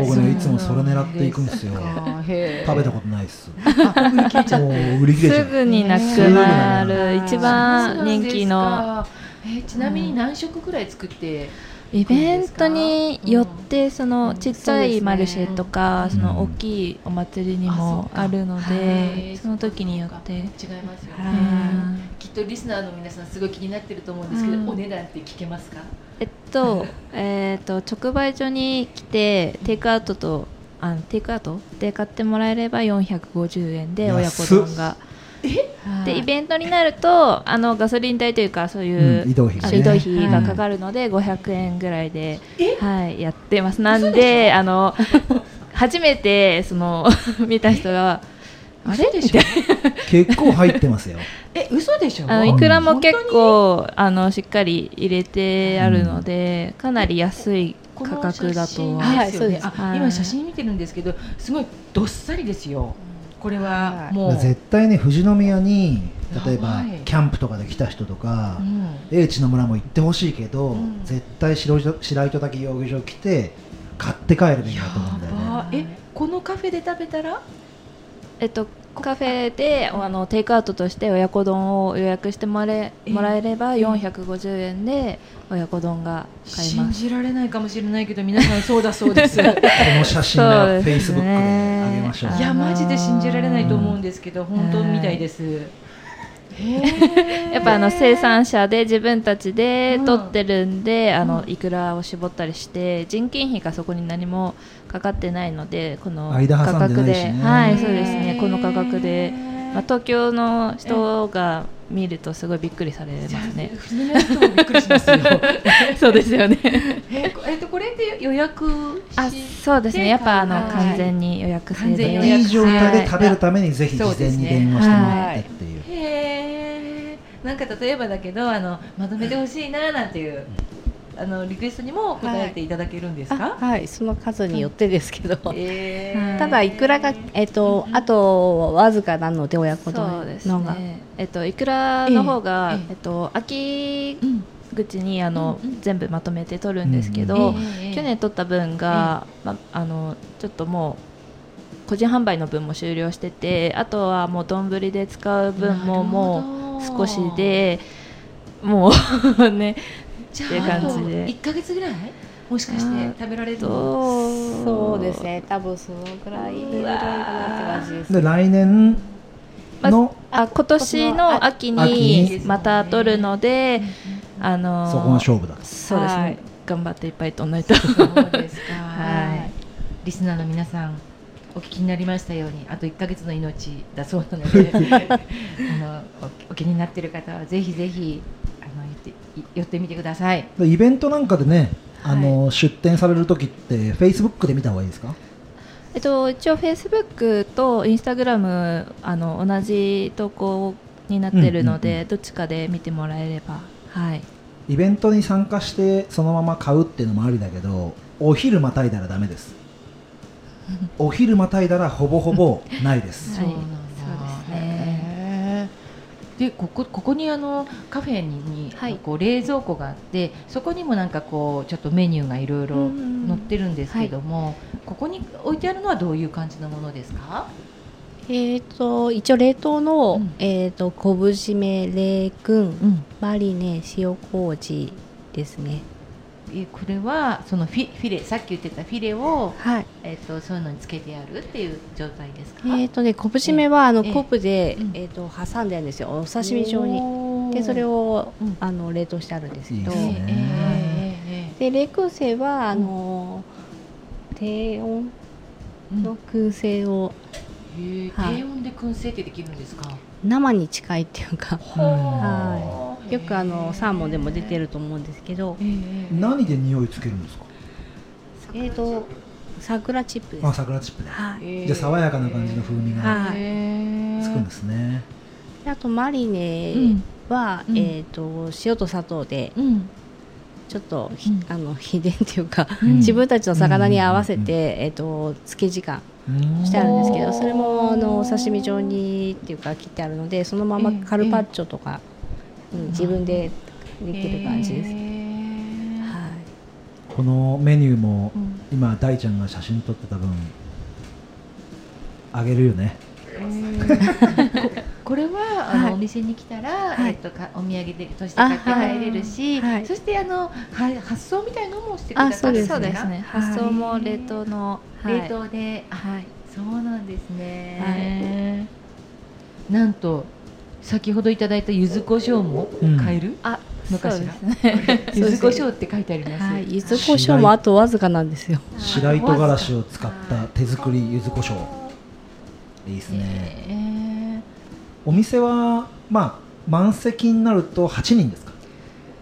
S1: はい
S2: 僕ねいつもそれ狙っていくんですよ
S1: そうなんですか
S2: 食
S1: へ
S2: べたことないっすもう売り切れちゃ
S6: す
S2: う
S6: ぐになくなる一番人気の
S1: えーちなみに何食ぐらい作って、
S6: イベントによってそのちっちゃいマルシェとか
S2: うん
S6: その大きいお祭りにもあるの
S1: はい
S6: でその時によって
S1: 違いますよ
S4: は
S1: ね
S4: い
S1: きっとリスナーの皆さんすごい気になってると思うんですけど、
S6: うん
S1: お値段って聞けますか
S6: えっと、えっと直売所に来てテイクアウトとあテイクアウトで買ってもらえれば450円で親子丼がでイベントになるとあのガソリン代というかそういうう、
S2: ん移動費がね
S6: 移動費がかかるので500円ぐらいで、はい、やってますなんであの初めてその 見た人があれ
S1: でしょ
S2: 結構入ってますよ
S1: え嘘でしょ
S6: あのいくらも結構あのしっかり入れてあるのでかなり安い
S1: こ
S6: 価
S1: の
S6: 格
S1: 写
S6: だと
S1: 真
S6: は
S4: は
S1: で
S4: い
S1: す
S4: そ
S1: よ
S4: う
S1: ね
S4: です
S1: あ
S6: はい
S1: 今写真見てるんですけどすごいどっさりですよこれはもう、
S2: 絶対ね富士宮に例えば
S1: やばい
S2: キャンプとかで来た人とか、
S1: うん
S2: 英知の村も行ってほしいけど、
S1: ん
S2: 絶対白糸白糸滝養魚場来て買って帰るべきだと思うんだよね
S1: あえこのカフェで食べたら
S6: えっとカフェであのテイクアウトとして親子丼を予約してもらえ
S1: え
S6: もらえれば450円で親子丼が買え
S1: 信
S6: ます。
S1: じられないかもしれないけど皆さんそうだそうです い
S2: この写真はフェイスブックで上げましょう
S6: そうですね
S1: やマジで信じられないと思うんですけど本当みたいですへ ー
S6: やっぱあの生産者で自分たちで取ってるんで、あ
S1: う
S6: のいくらを絞ったりして人件費がそこに何もかかってないのでこの価
S2: 間挟んで
S6: 格
S2: ない
S6: で
S2: しね
S6: はいそうですねこの価格
S1: へ
S6: で、
S1: ー
S6: まあ、東京の人が見るとすごいびっくりさ れますね。
S1: 普通の人もびっくりし ますよ
S6: そうですよね。
S1: えこえっとこれって予約し
S6: あそうですねやっぱあの
S1: はい
S6: 完全に予約制で
S1: 完全
S2: い
S1: に
S2: い状態で食べるためにぜひ事前に電話してもらってっていう
S1: へえなんか例えばだけどあのまとめてほしいななんていうあのリクエストにも答えていただけるんです
S4: あ
S1: か、
S4: はい、その数によってですけど、
S1: え
S6: はい
S4: ただいくらがえっ、とあとわずかなので親子
S6: そう
S4: 丼
S6: です
S4: のが、
S6: ね。えっといくらの方が
S1: ええ
S6: えっと秋
S1: うん
S6: 口にあの
S1: うんうん
S6: 全部まとめて取るんですけ
S1: と
S6: ど、去年取った分がまあのちょっともう個人販売の分も終了してて、あとはもう丼で使う分ももう少しでもう ね
S1: って
S6: っていう感じで
S1: 一ヶ月ぐらいもしかして食べられるの
S6: と
S4: そうです。ね多分そのくらいぐらいかなって感じです
S2: で来年の
S6: あ今年の
S2: 秋
S6: 秋にまた取るので、あの
S2: そこが勝負だと
S6: そうですね、
S4: はい
S6: 頑張っていっぱい取んないと。
S1: そうですか、
S6: は
S1: リスナーの皆さんお聞きになりましたようにあと1ヶ月の命だそうなの であのおお気になってる方はぜひぜひあの寄ってい寄ってみてください。
S2: でイベントなんかでねあの、出店される時ってフェイスブックで見た方がいいですか
S6: えっと、一応、フェイスブックとインスタグラムあの同じ投稿になってるので、
S2: うんうんう
S6: どっちかで見てもらえれば、はい、
S2: イベントに参加してそのまま買うっていうのもありだけどお昼またいだらダメですお昼またいだらほぼほぼないです
S6: はい
S1: そう
S6: そうです
S1: ね。でここここにあのカフェにに、
S6: はい
S1: こう冷蔵庫があってそこにもなんかこうちょっとメニューがいろいろ載ってるんですけども、ここに置いてあるのはどういう感じのものですか？
S4: えっ、と一応冷凍の、
S1: うん
S4: えっ、と昆布締め冷
S1: う
S4: 君
S1: ん、
S4: マリネ塩麹ですね。
S1: えこれはそのフィフィレさっき言ってたフィレを
S4: はい。
S1: えっ、とそういうのにつけてあるっていう状態ですか？
S4: えっ、とね昆布締めはあの
S1: ええ
S4: 昆布で
S1: うん
S4: えっ、と挟んであるんですよ。お刺身状に。
S1: に
S4: でそれ
S1: を
S4: を
S1: うん
S4: あの冷凍してあるんですけ
S2: いいで
S4: ど
S2: す。ね
S1: ええええええ
S4: で冷空性はあの、低温の燻製を
S7: へえ
S4: はい
S7: 低温で燻製ってできるんですか
S4: 生に近いっていうか、
S2: うん
S4: はよくあのサーモンでも出てると思うんですけど、
S2: 何で匂いつけるんですか
S4: えっ、と桜チップです
S2: あ。桜チップで
S4: はい。
S2: じゃあ爽やかな感じの風味が
S4: はい。
S2: つくんですね
S4: であとマリネは、
S1: ん
S4: えっ、と塩と砂糖で
S1: うん
S4: ちょっとひ、
S1: うん
S4: あの秘伝っていうか、
S2: うん
S4: 自分たちの魚に合わせ
S2: うんうん
S4: て、えっ、と漬け時間
S2: うん
S4: してあるんですけど、それもあのお刺身状にっていうか切ってあるので、そのままカルパッチョとか、うん自分でできる感じです。はい。
S2: このメニューも今大ちゃんが写真撮ってた分あげるよね
S1: これはあの、お店に来たら、
S4: は
S1: え
S4: い
S1: っとかお土産でとして買って帰れるし、
S4: あはいはい
S1: そしてあのは発送みたいのもしてくださ
S4: あそうです
S6: そうですね
S4: はい
S6: 発想も冷凍の
S1: 冷凍で、あ
S6: はい
S1: そうなんですね、なんと先ほどいただいた柚子胡椒も買える、
S6: あ
S1: のか
S6: そ
S1: し
S6: うで
S1: ら
S6: すね
S1: 柚子胡椒って書いてあります、
S4: はい、柚子胡椒もあとわずかなんですよ。
S2: 白糸がらしを使った手作り柚子胡椒いいですね
S1: ね
S2: お店はまあ満席になると8人ですか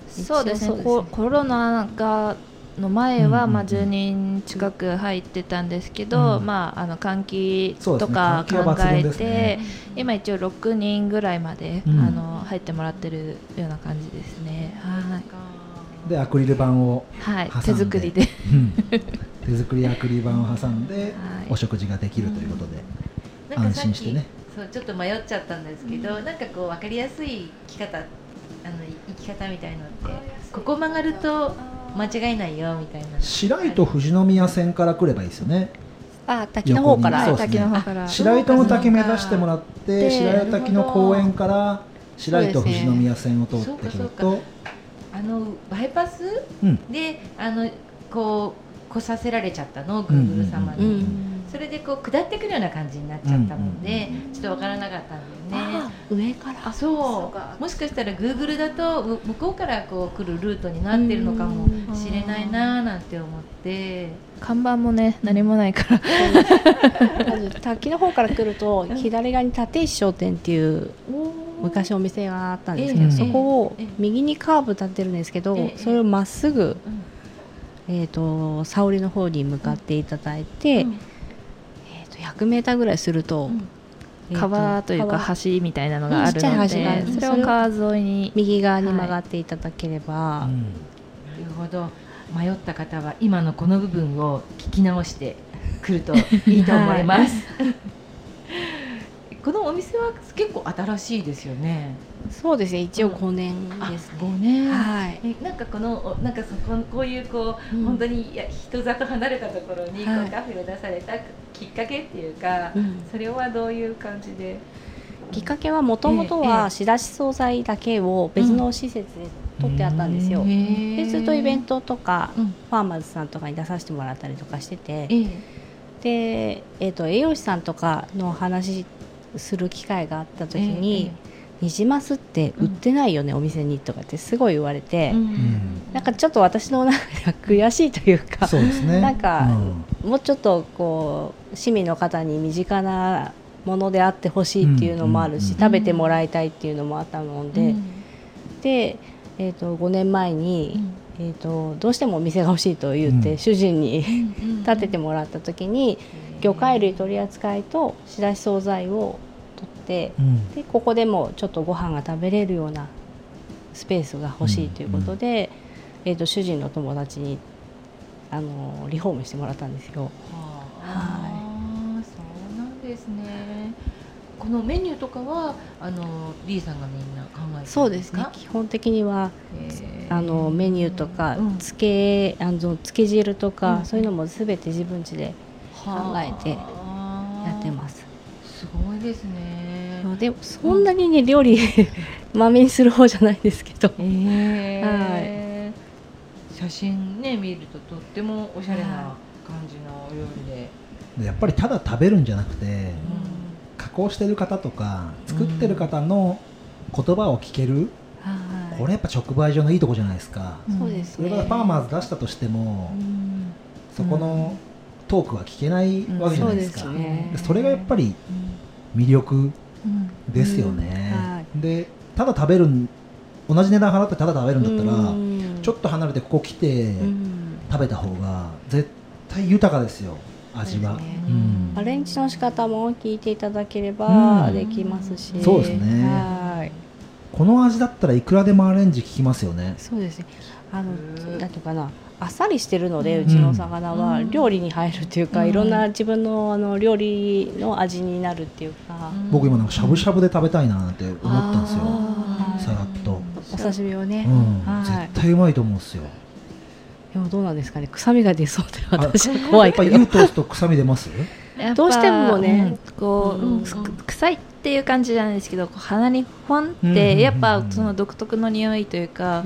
S6: そうですね
S4: そうですね
S6: ココロナがの前
S2: うんうん
S6: は
S2: うん
S6: まあ10人近く入ってたんですけど、
S2: うん
S6: まあ、あの換気
S2: そうで
S6: と
S2: すね
S6: か
S2: 換気は
S6: 考
S2: 抜群
S6: え
S2: で
S6: て、
S2: すね
S6: 今一応6人ぐらいまで、
S2: うん
S6: あの入ってもらってるような感じですね、はい
S2: でアクリル板を、
S6: はい
S2: 挟ん、で
S6: 手作 りでは
S2: うん手作りアクリル板を挟んで
S6: はい
S2: お食事ができるということで、
S1: なんかさっ
S2: 安心し
S1: き、
S2: てね
S1: そうちょっと迷っちゃったんですけど、なんかこう分かりやすい生き方あの生き方みたいのってここ曲がると間違いないよみたいな
S2: 白糸富士宮線から来ればいいですよね
S4: あ、滝の方から。
S2: 横にそうです
S6: 滝
S2: ね
S6: の方から
S2: 白糸の滝目指してもらっ
S4: で
S2: て白糸滝の公園から白糸富士宮線を通ってく
S1: そう
S2: る
S1: かそ
S2: と
S1: あのバイパス、
S2: うん
S1: であのこう来させられちゃったのグ
S2: うんうん
S1: ーグル様に、
S4: うん
S1: それでこう下ってくるような感じになっちゃったもんで、ちょっとわからなかったんだよね。
S4: 上から。
S1: あそうもしかしたらグーグルだとう向こうからこう来るルートになってるのかもしれないなーなんて思って
S6: 看板もね何もないから
S4: 滝の方から来ると左側に立石商店っていう昔お店があったんですけど、
S2: ええ
S4: そこを
S1: ええ
S4: 右にカーブ立ってるんですけど、
S1: ええ
S4: それをまっすぐ
S1: うん、
S4: えー、と沙織の方に向かっていただいて、
S1: うん
S4: えー、と 100m ぐらいすると,、
S1: うん
S4: えー
S6: 川というか
S4: 川
S6: 橋みたいなのがある
S4: う
S6: の
S4: んちっちゃい橋が
S6: でそれを川沿いに
S4: 右側に曲がっていただければ、
S2: うん
S1: なるほど迷った方は今のこの部分を聞き直してく るといいと思います、このお店は結構新しいですよね
S4: そうですね一応5年ですね、
S1: 5年
S4: はい
S1: えなんかこのおなんかそここういうこう、
S4: うん
S1: 本当にいや人里離れたところにこう、
S4: はい
S1: カフェを出されたきっかけっていうか、
S4: うん
S1: それはどういう感じで
S4: きっかけはもとも
S1: ええ
S4: と
S1: ええ
S4: は仕出し惣菜だけを別の施設で取ってあったんですよ、でずっとイベントとか、
S1: うん
S4: ファーマーズさんとかに出させてもらったりとかしてて
S1: ええ
S4: で、えー、と栄養士さんとかのお話しする機会があった時に「ニジマスって売ってないよね、お店に」とかってすごい言われて、
S2: うん
S4: なんかちょっと私の中では悔しいというか
S2: そうですね
S4: なんか
S2: うん
S4: もうちょっとこう市民の方に身近なものであってほしいっていうのもあるし、
S2: うん
S4: 食べてもらいたいっていうのもあったもんで、で、えー、と5年前に、えー、とどうしてもお店が欲しいと言って、
S2: うん
S4: 主人に立ててもらった時に魚介類取り扱いと仕出し惣菜を取って
S2: うん
S4: でここでもちょっとご飯が食べれるようなスペースが欲しいということで、えー、と主人の友達にあのリフォームしてもらったんですよ。
S1: はあ、そうなんですね。このメニューとかはあの D さんがみんな考えてるん
S4: そうですね
S1: か。
S4: 基本的には
S1: へえ
S4: あのメニューとか、
S1: うん
S4: 漬けあの漬け汁とか、
S1: うん
S4: そういうのも全て自分家で考えてやって
S1: は
S4: ます。
S1: あすごいですね。
S4: でそんなにね料理 まめにする方じゃないですけど、
S1: ええ写真ね見るととってもおしゃれな感じのお料理で。
S2: でやっぱりただ食べるんじゃなくて
S1: うん
S2: 加工してる方とか作ってる方の言葉を聞ける
S4: は
S2: これやっぱ直売所のいいとこじゃないですか、
S5: そうです
S2: それ
S5: ね
S2: がパーマーズ出したとしても、
S5: うん
S2: そこのトークは聞けないわけじゃないですか、
S5: うんそうですね
S2: でそれがやっぱり魅力ですよね、
S4: うんは
S2: でただ食べるん同じ値段払ってただ食べるんだったら、ちょ
S4: と、
S2: っと離れてここ来て
S4: うん
S2: 食べた方が絶対豊かですよ味は、
S4: そうですね
S2: うん
S4: アレンジの仕方も聞いていただければ
S2: うん
S4: できますし、
S2: そうですね
S4: はい
S2: この味だったらいくらでもアレンジ効きますよね
S4: そうですねあの
S7: うん
S4: なんていうかなあっさりしてるので
S2: ん
S4: うちのお魚は
S1: うん
S4: 料理に入るっていうか、
S1: うん
S4: いろんな自分のあの料理の味になるっていうか、
S2: 僕今なんかしゃぶしゃぶで食べたいななんて思ったんですよ
S4: あー
S2: さらっと、
S4: お刺身をね、
S2: うん
S4: はい
S2: 絶対うまいと思うんですよ
S4: でもどうなんですかね臭みが出そうで
S2: あ
S4: 私は怖
S2: や
S4: い
S2: っぱ
S4: け
S2: り
S4: ど
S2: 言うとと臭み出ます
S6: やっぱ
S4: どうしてもね、
S6: うんこう、
S4: うん
S6: す臭いっていう感じじゃないですけどこう鼻にフォ
S2: う
S6: ン
S2: ん
S6: っ
S2: うんうん
S6: てやっぱその独特の匂いというか、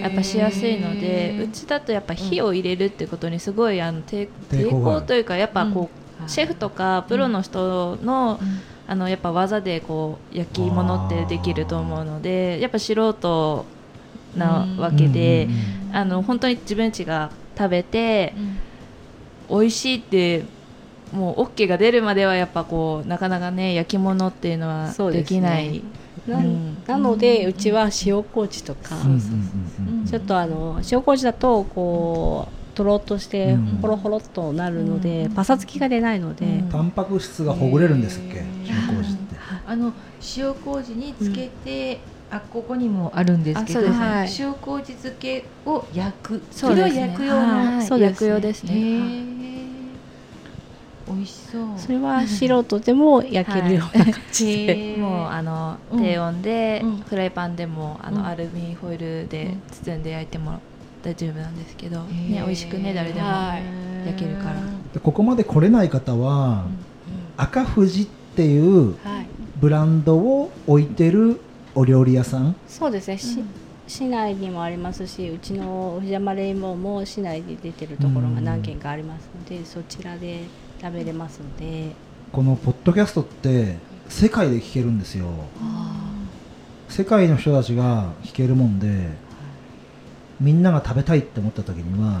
S6: やっぱしやすいのでうちだとやっぱ火を入れるってことにすごいあの抵
S2: 抵
S6: 抵
S2: 抗があ
S6: 抗
S2: る
S6: というかやっぱこう、
S4: はい
S6: シェフとかプロの人の,、あのやっぱ技でこう焼き物ってできると思うのでやっぱ素人なわけで、あの本当に自分たちが食べて、美味しいってもう OK が出るまではやっぱこうなかなかね焼き物っていうのは
S4: そう
S6: で
S4: です
S6: き
S4: ね
S6: ない。
S4: な
S6: うん
S4: なのでうちは塩麹とか、
S2: うんうんうんうん
S4: ちょっとあの塩麹だとこうとろっとして
S2: うん
S4: ほろほろっとなるので、
S6: うん
S4: パサつきが出ないので、
S6: うん
S2: タンパク質がほぐれるんですっけ
S7: へー
S2: 塩麹って
S1: あの塩麹につけて、あここにもあるんですけど
S6: あそうです
S4: ねはい
S1: 塩麹漬けを焼く
S6: そ
S1: そうれ
S6: で
S1: を
S6: すね
S1: 焼く用の、
S6: はい
S4: そうですね
S6: 薬用です
S1: へ
S6: ね。はい
S1: ー美味しそう
S4: それは素人でも焼けるような感じで、
S1: へー
S6: もうあの
S1: うん
S6: 低温で、
S1: うん
S6: フライパンでもあの、
S1: うん
S6: アルミホイルで包んで焼いても大丈夫なんですけど、
S1: へ
S6: ね
S1: ー
S6: 美味しくね誰でも
S1: はい
S6: 焼けるから
S2: でここまで来れない方は赤富士っていう
S4: はい、
S2: ブランドを置いてるお料理屋さん
S4: そうですね、し市内にもありますしうちの藤山レインボーも市内で出てるところが何軒かありますので、そちらで食べれますので
S2: このポッドキャストって世界で聞けるんですよ世界の人たちが聞けるもんでみんなが食べたいって思った時には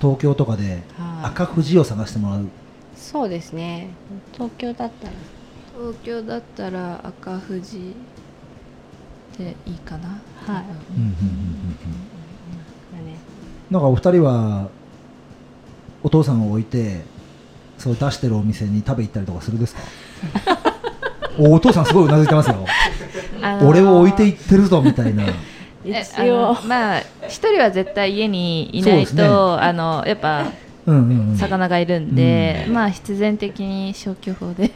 S2: 東京とかで
S4: はい
S2: 赤富士を探してもらう
S4: そうですね東京だったら
S5: 東京だったら赤富士でいいかな
S4: はい
S2: うんうんうんうんうん
S4: ね
S2: なんかお二人はお父さんを置いてそう出してるお店に食べ行ったりとかするです かおお父さんすごいうなずいてますよ
S6: あのー
S2: 俺を置いていってるぞみたい な
S6: え
S4: 一応
S6: あのまあ一人は絶対家にい
S2: そ
S6: ないと、
S2: うですね
S6: あのやっぱ
S2: うんうん、うん、
S6: 魚がいるんで、まあ必然的に消去法 で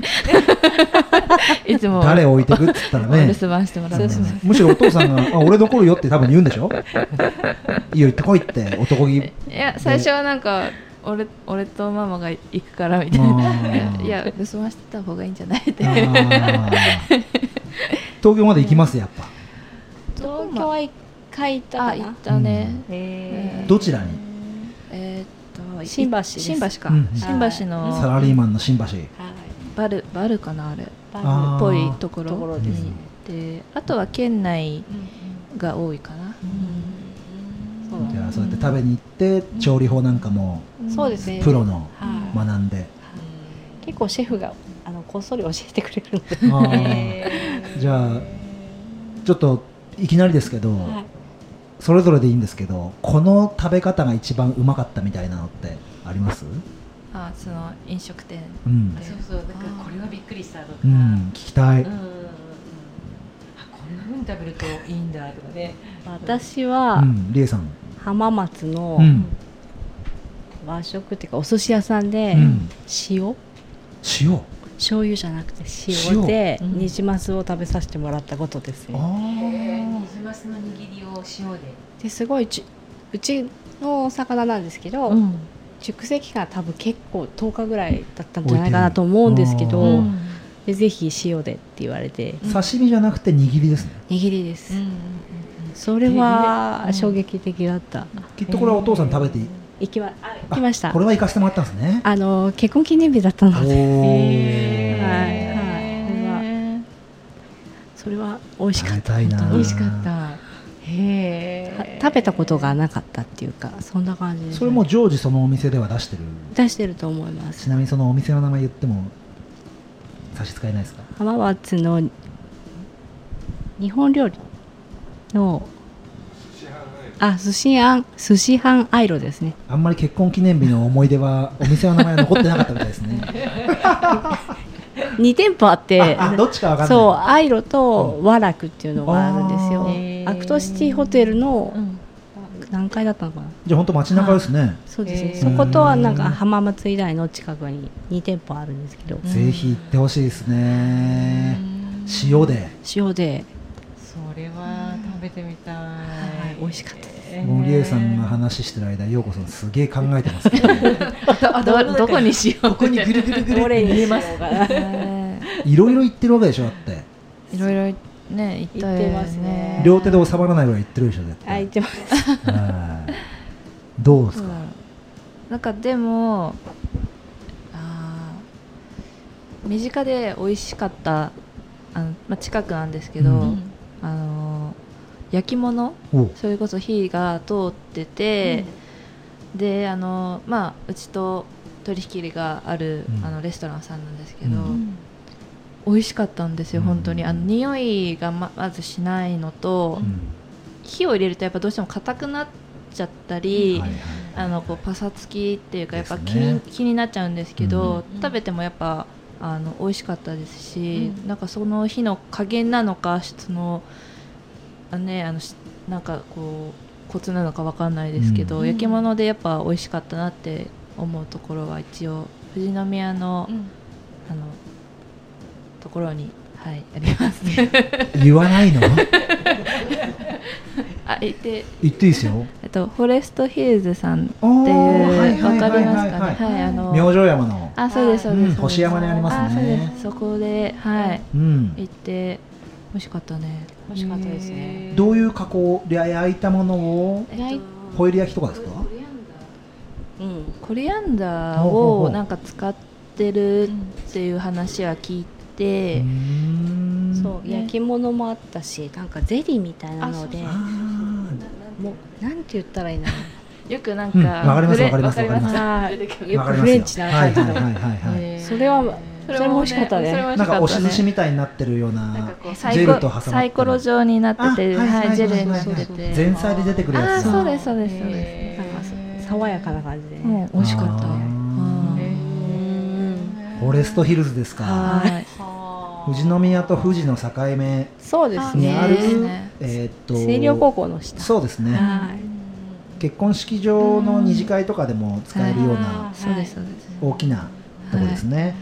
S6: いつも
S2: 誰を置いてくっつったら
S6: お
S2: ね
S6: 留守番してもらってます
S2: むしろお父さんが「あ俺残るよ」って多分言うんでしょ「いいよ行ってこい」って男気
S6: いや最初はなんか俺俺とママが行くからみたい
S2: あ
S6: な
S2: ー
S6: いや留守番してた方がいいんじゃないって
S2: あー東京まで行きますやっぱ
S4: 東京は一回行った
S5: あ
S4: か
S5: 行
S4: な
S5: ったね、
S1: へー
S2: どちらに
S5: えーっと
S4: 新橋です
S5: 新橋か、
S2: うん
S6: 新橋の
S2: サラリーマンの新橋
S4: はい
S5: バルバルかなあれっ
S2: あー
S5: ぽいところ
S4: ところ
S2: で
S4: ですす
S2: ね
S4: ね、
S5: であとは県内が多いかな、
S4: そう
S2: じゃあそうやって食べに行って調理法なんかも
S4: そうですね
S2: プロの
S4: はい
S2: 学んで
S4: 結構シェフがあのこっそり教えてくれるので、
S2: あ ーじゃあちょっといきなりですけど
S4: はい
S2: それぞれでいいんですけどこの食べ方が一番うまかったみたいなのってあります
S6: あその飲食店
S2: うん
S7: あ、そうそうだからこれはびっくりしたとか、
S2: う
S7: うんうんうん
S2: ん、聞きたい
S7: あこんな風に食べるといいんだとかね
S4: 私
S2: う
S4: は
S2: ん、りえさん。
S4: 浜松の
S2: うん。
S4: 和食っていうかお寿司屋さんで
S2: うん
S4: 塩、
S2: 塩。
S4: 醤油じゃなくて
S2: 塩
S4: 塩でニジマスを食べさせてもらったことですね、
S7: ニジマスの握りを塩で
S4: ですごいちうちのお魚なんですけど、
S1: うん
S4: 熟成期間は多分結構10日ぐらいだったんじゃないかなと思うんですけど、
S2: 置いてる
S4: でぜひ塩でって言われて
S2: あー刺身じゃなくて握りですね。
S4: 握りです、
S7: うんうん
S4: それは衝撃的だった、
S2: きっとこれはお父さん食べてい
S4: 行きまあ行きました
S2: これは行かせてもらったんですね。
S4: あの結婚記念日だったの
S2: お
S4: で、
S2: ー
S4: はいはいそれはそれは美味しか
S2: 食
S4: っ
S2: べ
S4: た
S2: たいな。
S1: 美味しかっ。たへ
S4: 食べたことがなかったっていうかそんな感じですね、
S2: それも常時そのお店では出してる
S4: 出してると思いま
S2: ち
S4: す
S2: なみにそのお店の名前言っても差し支えないですか
S4: 浜松の日本料理のあ寿司庵寿司飯アイロですね
S2: あんまり結婚記念日の思い出 はお店の名前は残ってなかったみたいですね
S4: 2店舗あって
S2: ああどっちかわかんない
S4: そうアイロと和楽っていうのがあるんですよ
S2: あ
S1: ー
S4: アクトシティホテルの
S1: ん
S4: 何階だったのかな
S2: じゃあ本当街中ですね
S4: そうですね、
S1: へー
S4: そことはなんか浜松以来の近くに2店舗あるんですけど
S2: ぜひ行ってほしいですね塩で
S4: 塩で
S7: それは食べてみたい、
S4: はい美味しかった
S7: です
S2: 森江さんが話してる間陽子さんすげえ考えてますけど
S7: どどこにしようここにぐるぐるぐる
S4: れに入れますか
S6: ね
S2: いろいろ言ってるわけでしょだって
S6: いろいろね行ったよ
S4: 行ってますね
S2: 両手で収まらないぐらい言ってるでしょ絶
S4: あ
S2: 対
S4: 行ってます
S2: はいどうです
S6: そう
S2: か
S6: だろうなんかでもあー身近で美味しかったあの、まあ、近くなんですけど、
S2: うん
S6: あの焼き物
S2: お
S6: それこそ火が通ってて、であのまあうちと取引がある、
S2: うん
S6: あのレストランさんなんですけど、
S2: うん
S6: 美味しかったんですよ
S2: うん
S6: 本当にあの匂いがままずしないのと、
S2: うん
S6: 火を入れるとやっぱどうしても硬くなっちゃったり、
S2: はいはい
S6: あのこうパサつきっていうかやっぱ
S2: です
S6: 気
S2: ね
S6: に,、気になっちゃうんですけど、食べてもやっぱあの美味しかったですし、なんかその日の加減なのかそのあねあのしなんかこうコツなのかわかんないですけど、
S1: うん
S6: 焼き物でやっぱ美味しかったなって思うところは一応富士宮の、
S1: うん
S6: あのところにはいあります
S2: 言わないの
S6: あいて
S2: 言っていいですよ
S6: えっとフォレストヒルズさんって
S2: お
S6: いうわかりますかね
S2: か
S6: はいあの
S2: 明星山の
S6: あ、そうです、そうです。
S2: うん星山にありますね
S6: あそうです。そこで、はい、
S2: うん
S6: 行って、美味しかったね。
S7: 美味しかったですね
S2: どういう加工で焼いたものを
S6: えっと
S2: ホイル焼きとかですか
S4: うん
S6: コリアンダー
S2: ほうほうほ
S6: を
S2: う
S6: なんか使ってるっていう話は聞いて、
S4: そうう焼き物もあったしなんかゼリーみたいなので
S2: ーんあ
S4: もうなんて言ったらいいの
S6: よくなん
S2: うん
S6: か、
S2: わかります
S6: フ
S2: わ
S6: レ
S2: かります
S6: わかります
S4: あー
S2: ー
S4: よ
S2: わかりま
S4: く
S2: すよ
S4: フレンチな
S2: はい
S4: 感じ
S2: はい
S4: の
S2: はいはいはい
S4: それはそれも美味しかった
S6: それも
S4: ね
S6: 美味
S2: なん
S6: しか
S2: か
S6: っ
S2: お
S6: たね。
S2: 印みたいになってるよう
S6: なんか
S2: な
S6: こうサ
S2: サ
S6: イ
S2: イコロと挟ま
S6: コ
S2: ってる
S6: サイコロ状になってて、
S2: あはいはい
S6: はい、ジェルに
S2: はい
S6: な
S2: はい
S6: ってて。
S2: 前菜で出てくる
S6: あ
S2: や
S6: あ、
S2: つだ
S6: そうです、そうです、そうで
S7: へ
S4: なんか
S7: ー
S4: 爽やかな感じで
S6: す。も
S4: ね
S6: う美味しかった。
S2: あー
S6: うん
S4: うん
S2: フォレストヒルズですか
S6: はい。
S7: はあ
S2: 富士宮と富士の境目
S4: そうです
S2: に
S4: ね
S2: ある
S6: ですね
S2: えーっと
S4: 星稜高校の下
S2: そうですね
S4: はい
S2: 結婚式場の二次会とかでも使えるような
S4: はい
S6: そうです、そうです。
S2: 大きなとこですね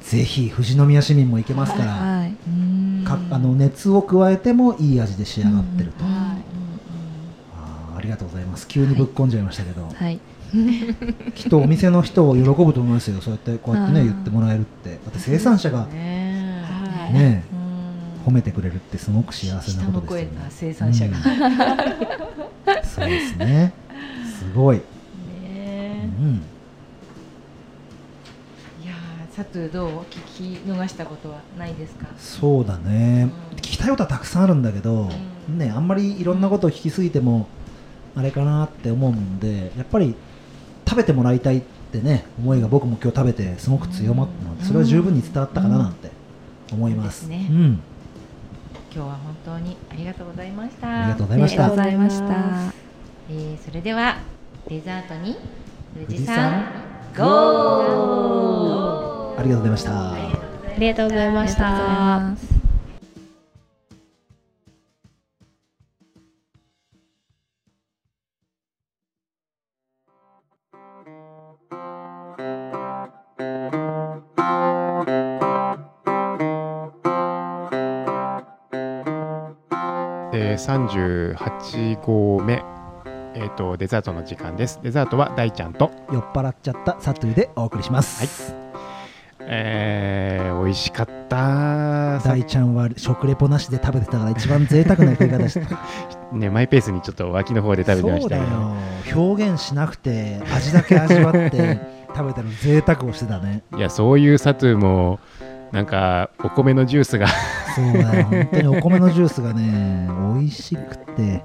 S2: ぜひ富士宮市民も行けますから
S6: はい。
S2: かあの熱を加えてもいい味で仕上がってると
S6: はい。
S2: あーありがとうございます急にぶっこんじゃいましたけど、
S6: はい。
S2: きっとお店の人を喜ぶと思いますよそうやってこうやってね
S6: あー
S2: 言ってもらえるってだって生産者が
S7: ね
S4: はい
S2: ね
S7: うん
S2: 褒めてくれるってすごく幸せな
S7: 下
S2: こ
S7: の
S2: と
S7: 声
S2: ですよ
S7: が生
S2: ね
S7: 産者が、
S2: うんそうですねすごい、う
S7: ね
S2: ん、
S7: いやーサトゥーどう聞き逃したことはないですか
S2: そうだね聞きたいことはたくさんあるんだけ
S7: う
S2: ど、
S7: ん
S2: ねあんまりいろんなことを聞きすぎてもあれかなって思うんでやっぱり食べてもらいたいってね思いが僕も今日食べてすごく強まったのでそれは十分に伝わったかななんて思います、
S7: うんそ
S2: う
S7: うですね
S2: ん、
S7: 今日は本当にありがとうございました
S2: ありがとうございました
S6: ありがとうございました。
S1: えーそれではデザートに富士
S2: 富士
S1: 山ゴー
S2: ありがとうございました。
S4: ありがとうございました
S8: えー、38号目、えー、とデザートの時間ですデザートは大ちゃんと、
S2: 酔っ払っちゃったサトゥーでお送りします、
S8: えー、美味しかったさ
S2: 大ちゃんは食レポなしで食べてたから一番贅沢な食い方してた
S8: ねマイペースにちょっと脇の方で食べてま
S2: そ
S8: し
S2: う
S8: た
S2: だ
S8: け
S2: よ
S8: ど
S2: 表現しなくて味だけ味わ って食べたら贅沢をしてたね
S8: いやそういうサトゥーもなんかお米のジュースが
S2: そうだよ本当にお米のジュースがね美味しくて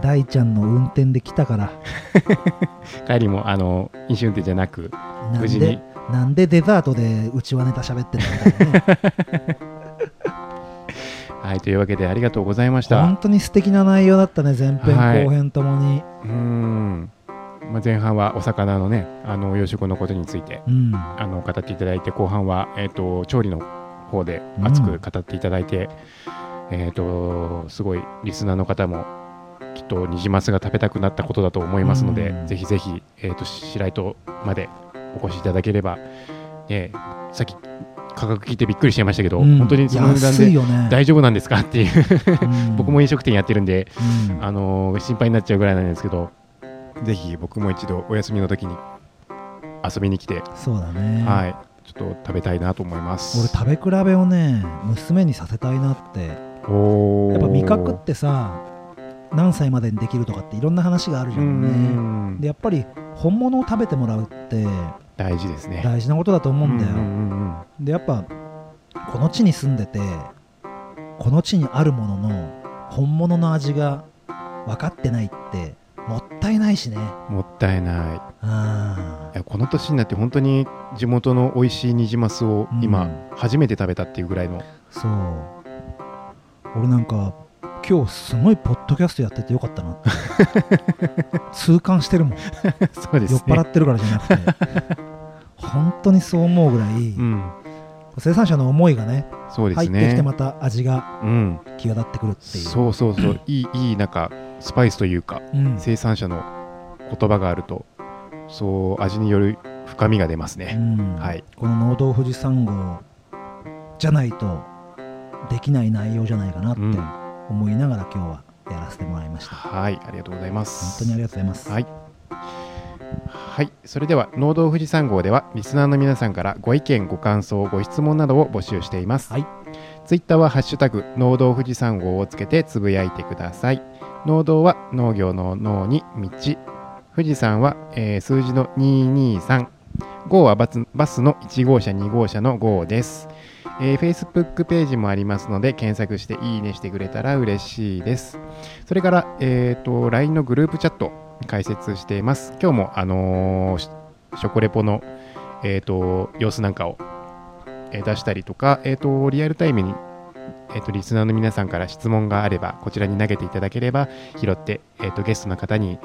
S2: 大ちゃんの運転で来たから
S8: 帰りもあの飲酒運転じゃなく
S2: な
S8: 無事
S2: ん
S8: に
S2: でなんでデザートでうちはネタ喋ってるんだろう ね
S8: はいというわけでありがとうございました
S2: 本当に素敵な内容だったね前
S8: はい
S2: 編後編ともに、
S8: うーん、まあ、前半はお魚のねあの養殖のことについて
S2: うん
S8: あの語っていただいて後半は、えー、と調理の方で熱く語っていただいて、えっ、とすごいリスナーの方もきっとニジマスが食べたくなったことだと思いますので、
S2: うん
S8: ぜひぜひ、えー、と白糸までお越しいただければ、ね、さっき価格聞いてびっくりしちゃいましたけど、
S2: うん
S8: 本当にその値段
S2: 安い
S8: で
S2: よね
S8: 大丈夫なんですかっていう
S2: うん
S8: 僕も飲食店やってるんで、
S2: うん
S8: あのー心配になっちゃうぐらいなんですけどぜひ僕も一度お休みの時に遊びに来て
S2: そうだね、
S8: はい、ちょっと食べたいなと思います。
S2: 俺食べ比べをね娘にさせたいなってや
S8: おー
S2: っぱ味覚ってさ何歳までにできるとかっていろんな話があるじゃ
S8: うんんう
S2: ね
S8: んうん
S2: でやっぱり本物を食べてもらうって
S8: 大事ですね。
S2: 大事なことだと思うんだよ、
S8: うんうんうんうん
S2: でやっぱこの地に住んでてこの地にあるものの本物の味が分かってないってもったいないしね
S8: もったいないい
S2: あ
S8: やこの年になって本当に地元の美味しいニジマスを今、
S2: うん
S8: 初めて食べたっていうぐら いの
S2: ーそう俺なんか今日すごいポッドキャストやっててよかったなって痛感してるもん、
S8: そう
S2: 酔っ
S8: ですね
S2: 払ってるからじゃな くて本当にそう思うぐらい、
S8: うん
S2: 生産者の思いがね
S8: そうで
S2: 入
S8: す
S2: っ
S8: ね
S2: てきてまた味が
S8: うん
S2: 際立ってくるっていう
S8: そうそうそういいいいなんかスパイスというか
S2: うん
S8: 生産者の言葉があるとそう味による深みが出ますね、
S2: うん
S8: はい
S2: この農道富士山号じゃないとできない内容じゃないかなって
S8: うん
S2: 思いながら今日はやらせてもらいました、
S8: はいありがとうございます
S2: 本当にありがとうございます、
S8: はい。はい、それでは農道富士山号ではリスナーの皆さんからご意見、ご感想、ご質問などを募集しています。
S2: はい
S8: ツイッターはハッシュタグ農道富士山号をつけてつぶやいてください。農道は農業の農に道、富士山は、えー数字の223、号はバスバスの1号車、2号車の号です。えー Facebook ページもありますので検索していいねしてくれたら嬉しいです。それから、えー、と LINE のグループチャット開設しています。今日も、あのーしショコレポの、えー、と様子なんかを、えー出したりとか、えー、とリアルタイムに、えー、とリスナーの皆さんから質問があればこちらに投げていただければ拾って、えー、とゲストの方に、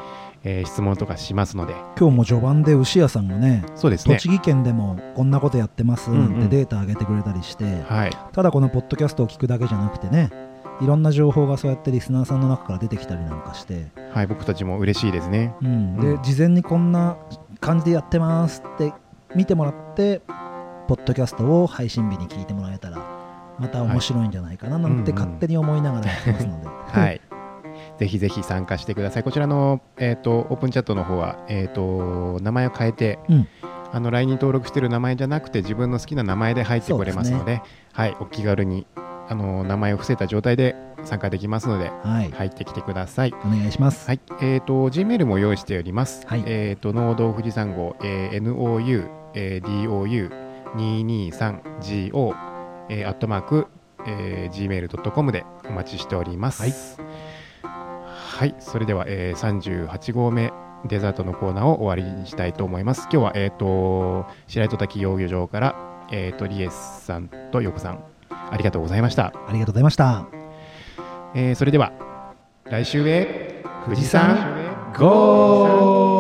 S8: えー質問とかしますので
S2: 今日も序盤で牛屋さんがね
S8: そうですね
S2: 栃。木県でもこんなことやってます
S8: うんう
S2: なんんてデータ上げてくれたりして、
S8: はい、
S2: ただこのポッドキャストを聞くだけじゃなくてねいろんな情報がそうやってリスナーさんの中から出てきたりなんかして、
S8: はい、僕たちも嬉しいですね。
S2: うん、
S8: う
S2: で
S8: ん
S2: 事前にこんな感じでやってますって見てもらってポッドキャストを配信日に聞いてもらえたらまた面白いんじゃないかななんて
S8: うんうん
S2: 勝手に思いながらやってますので、
S8: はい。ぜひぜひ参加してください。こちらの、えー、とオープンチャットの方は、えー、と名前を変えて、
S2: うん
S8: あの LINE に登録している名前じゃなくて自分の好きな名前で入ってこれますの
S2: そう
S8: ではい、お気軽にあの名前を伏せた状態で参加できますので
S2: はい
S8: 入ってきてください。
S2: お願いします、
S8: はい、えっ、と、Gmail も用意しております。
S2: はい
S8: えっ、と、農道富士山号、えー NOU、えー DOU223GO、えー、アットマーク、えー gmail.com でお待ちしております。はい。それでは、えー、38号目、デザートのコーナーを終わりにしたいと思います。今日は、えっ、と、白糸滝養魚場から、えっ、と、リエスさんとヨコさん、ありがとうございました。
S2: ありがとうございました
S8: えーそれでは、来週へ、
S2: 富士山
S8: ゴー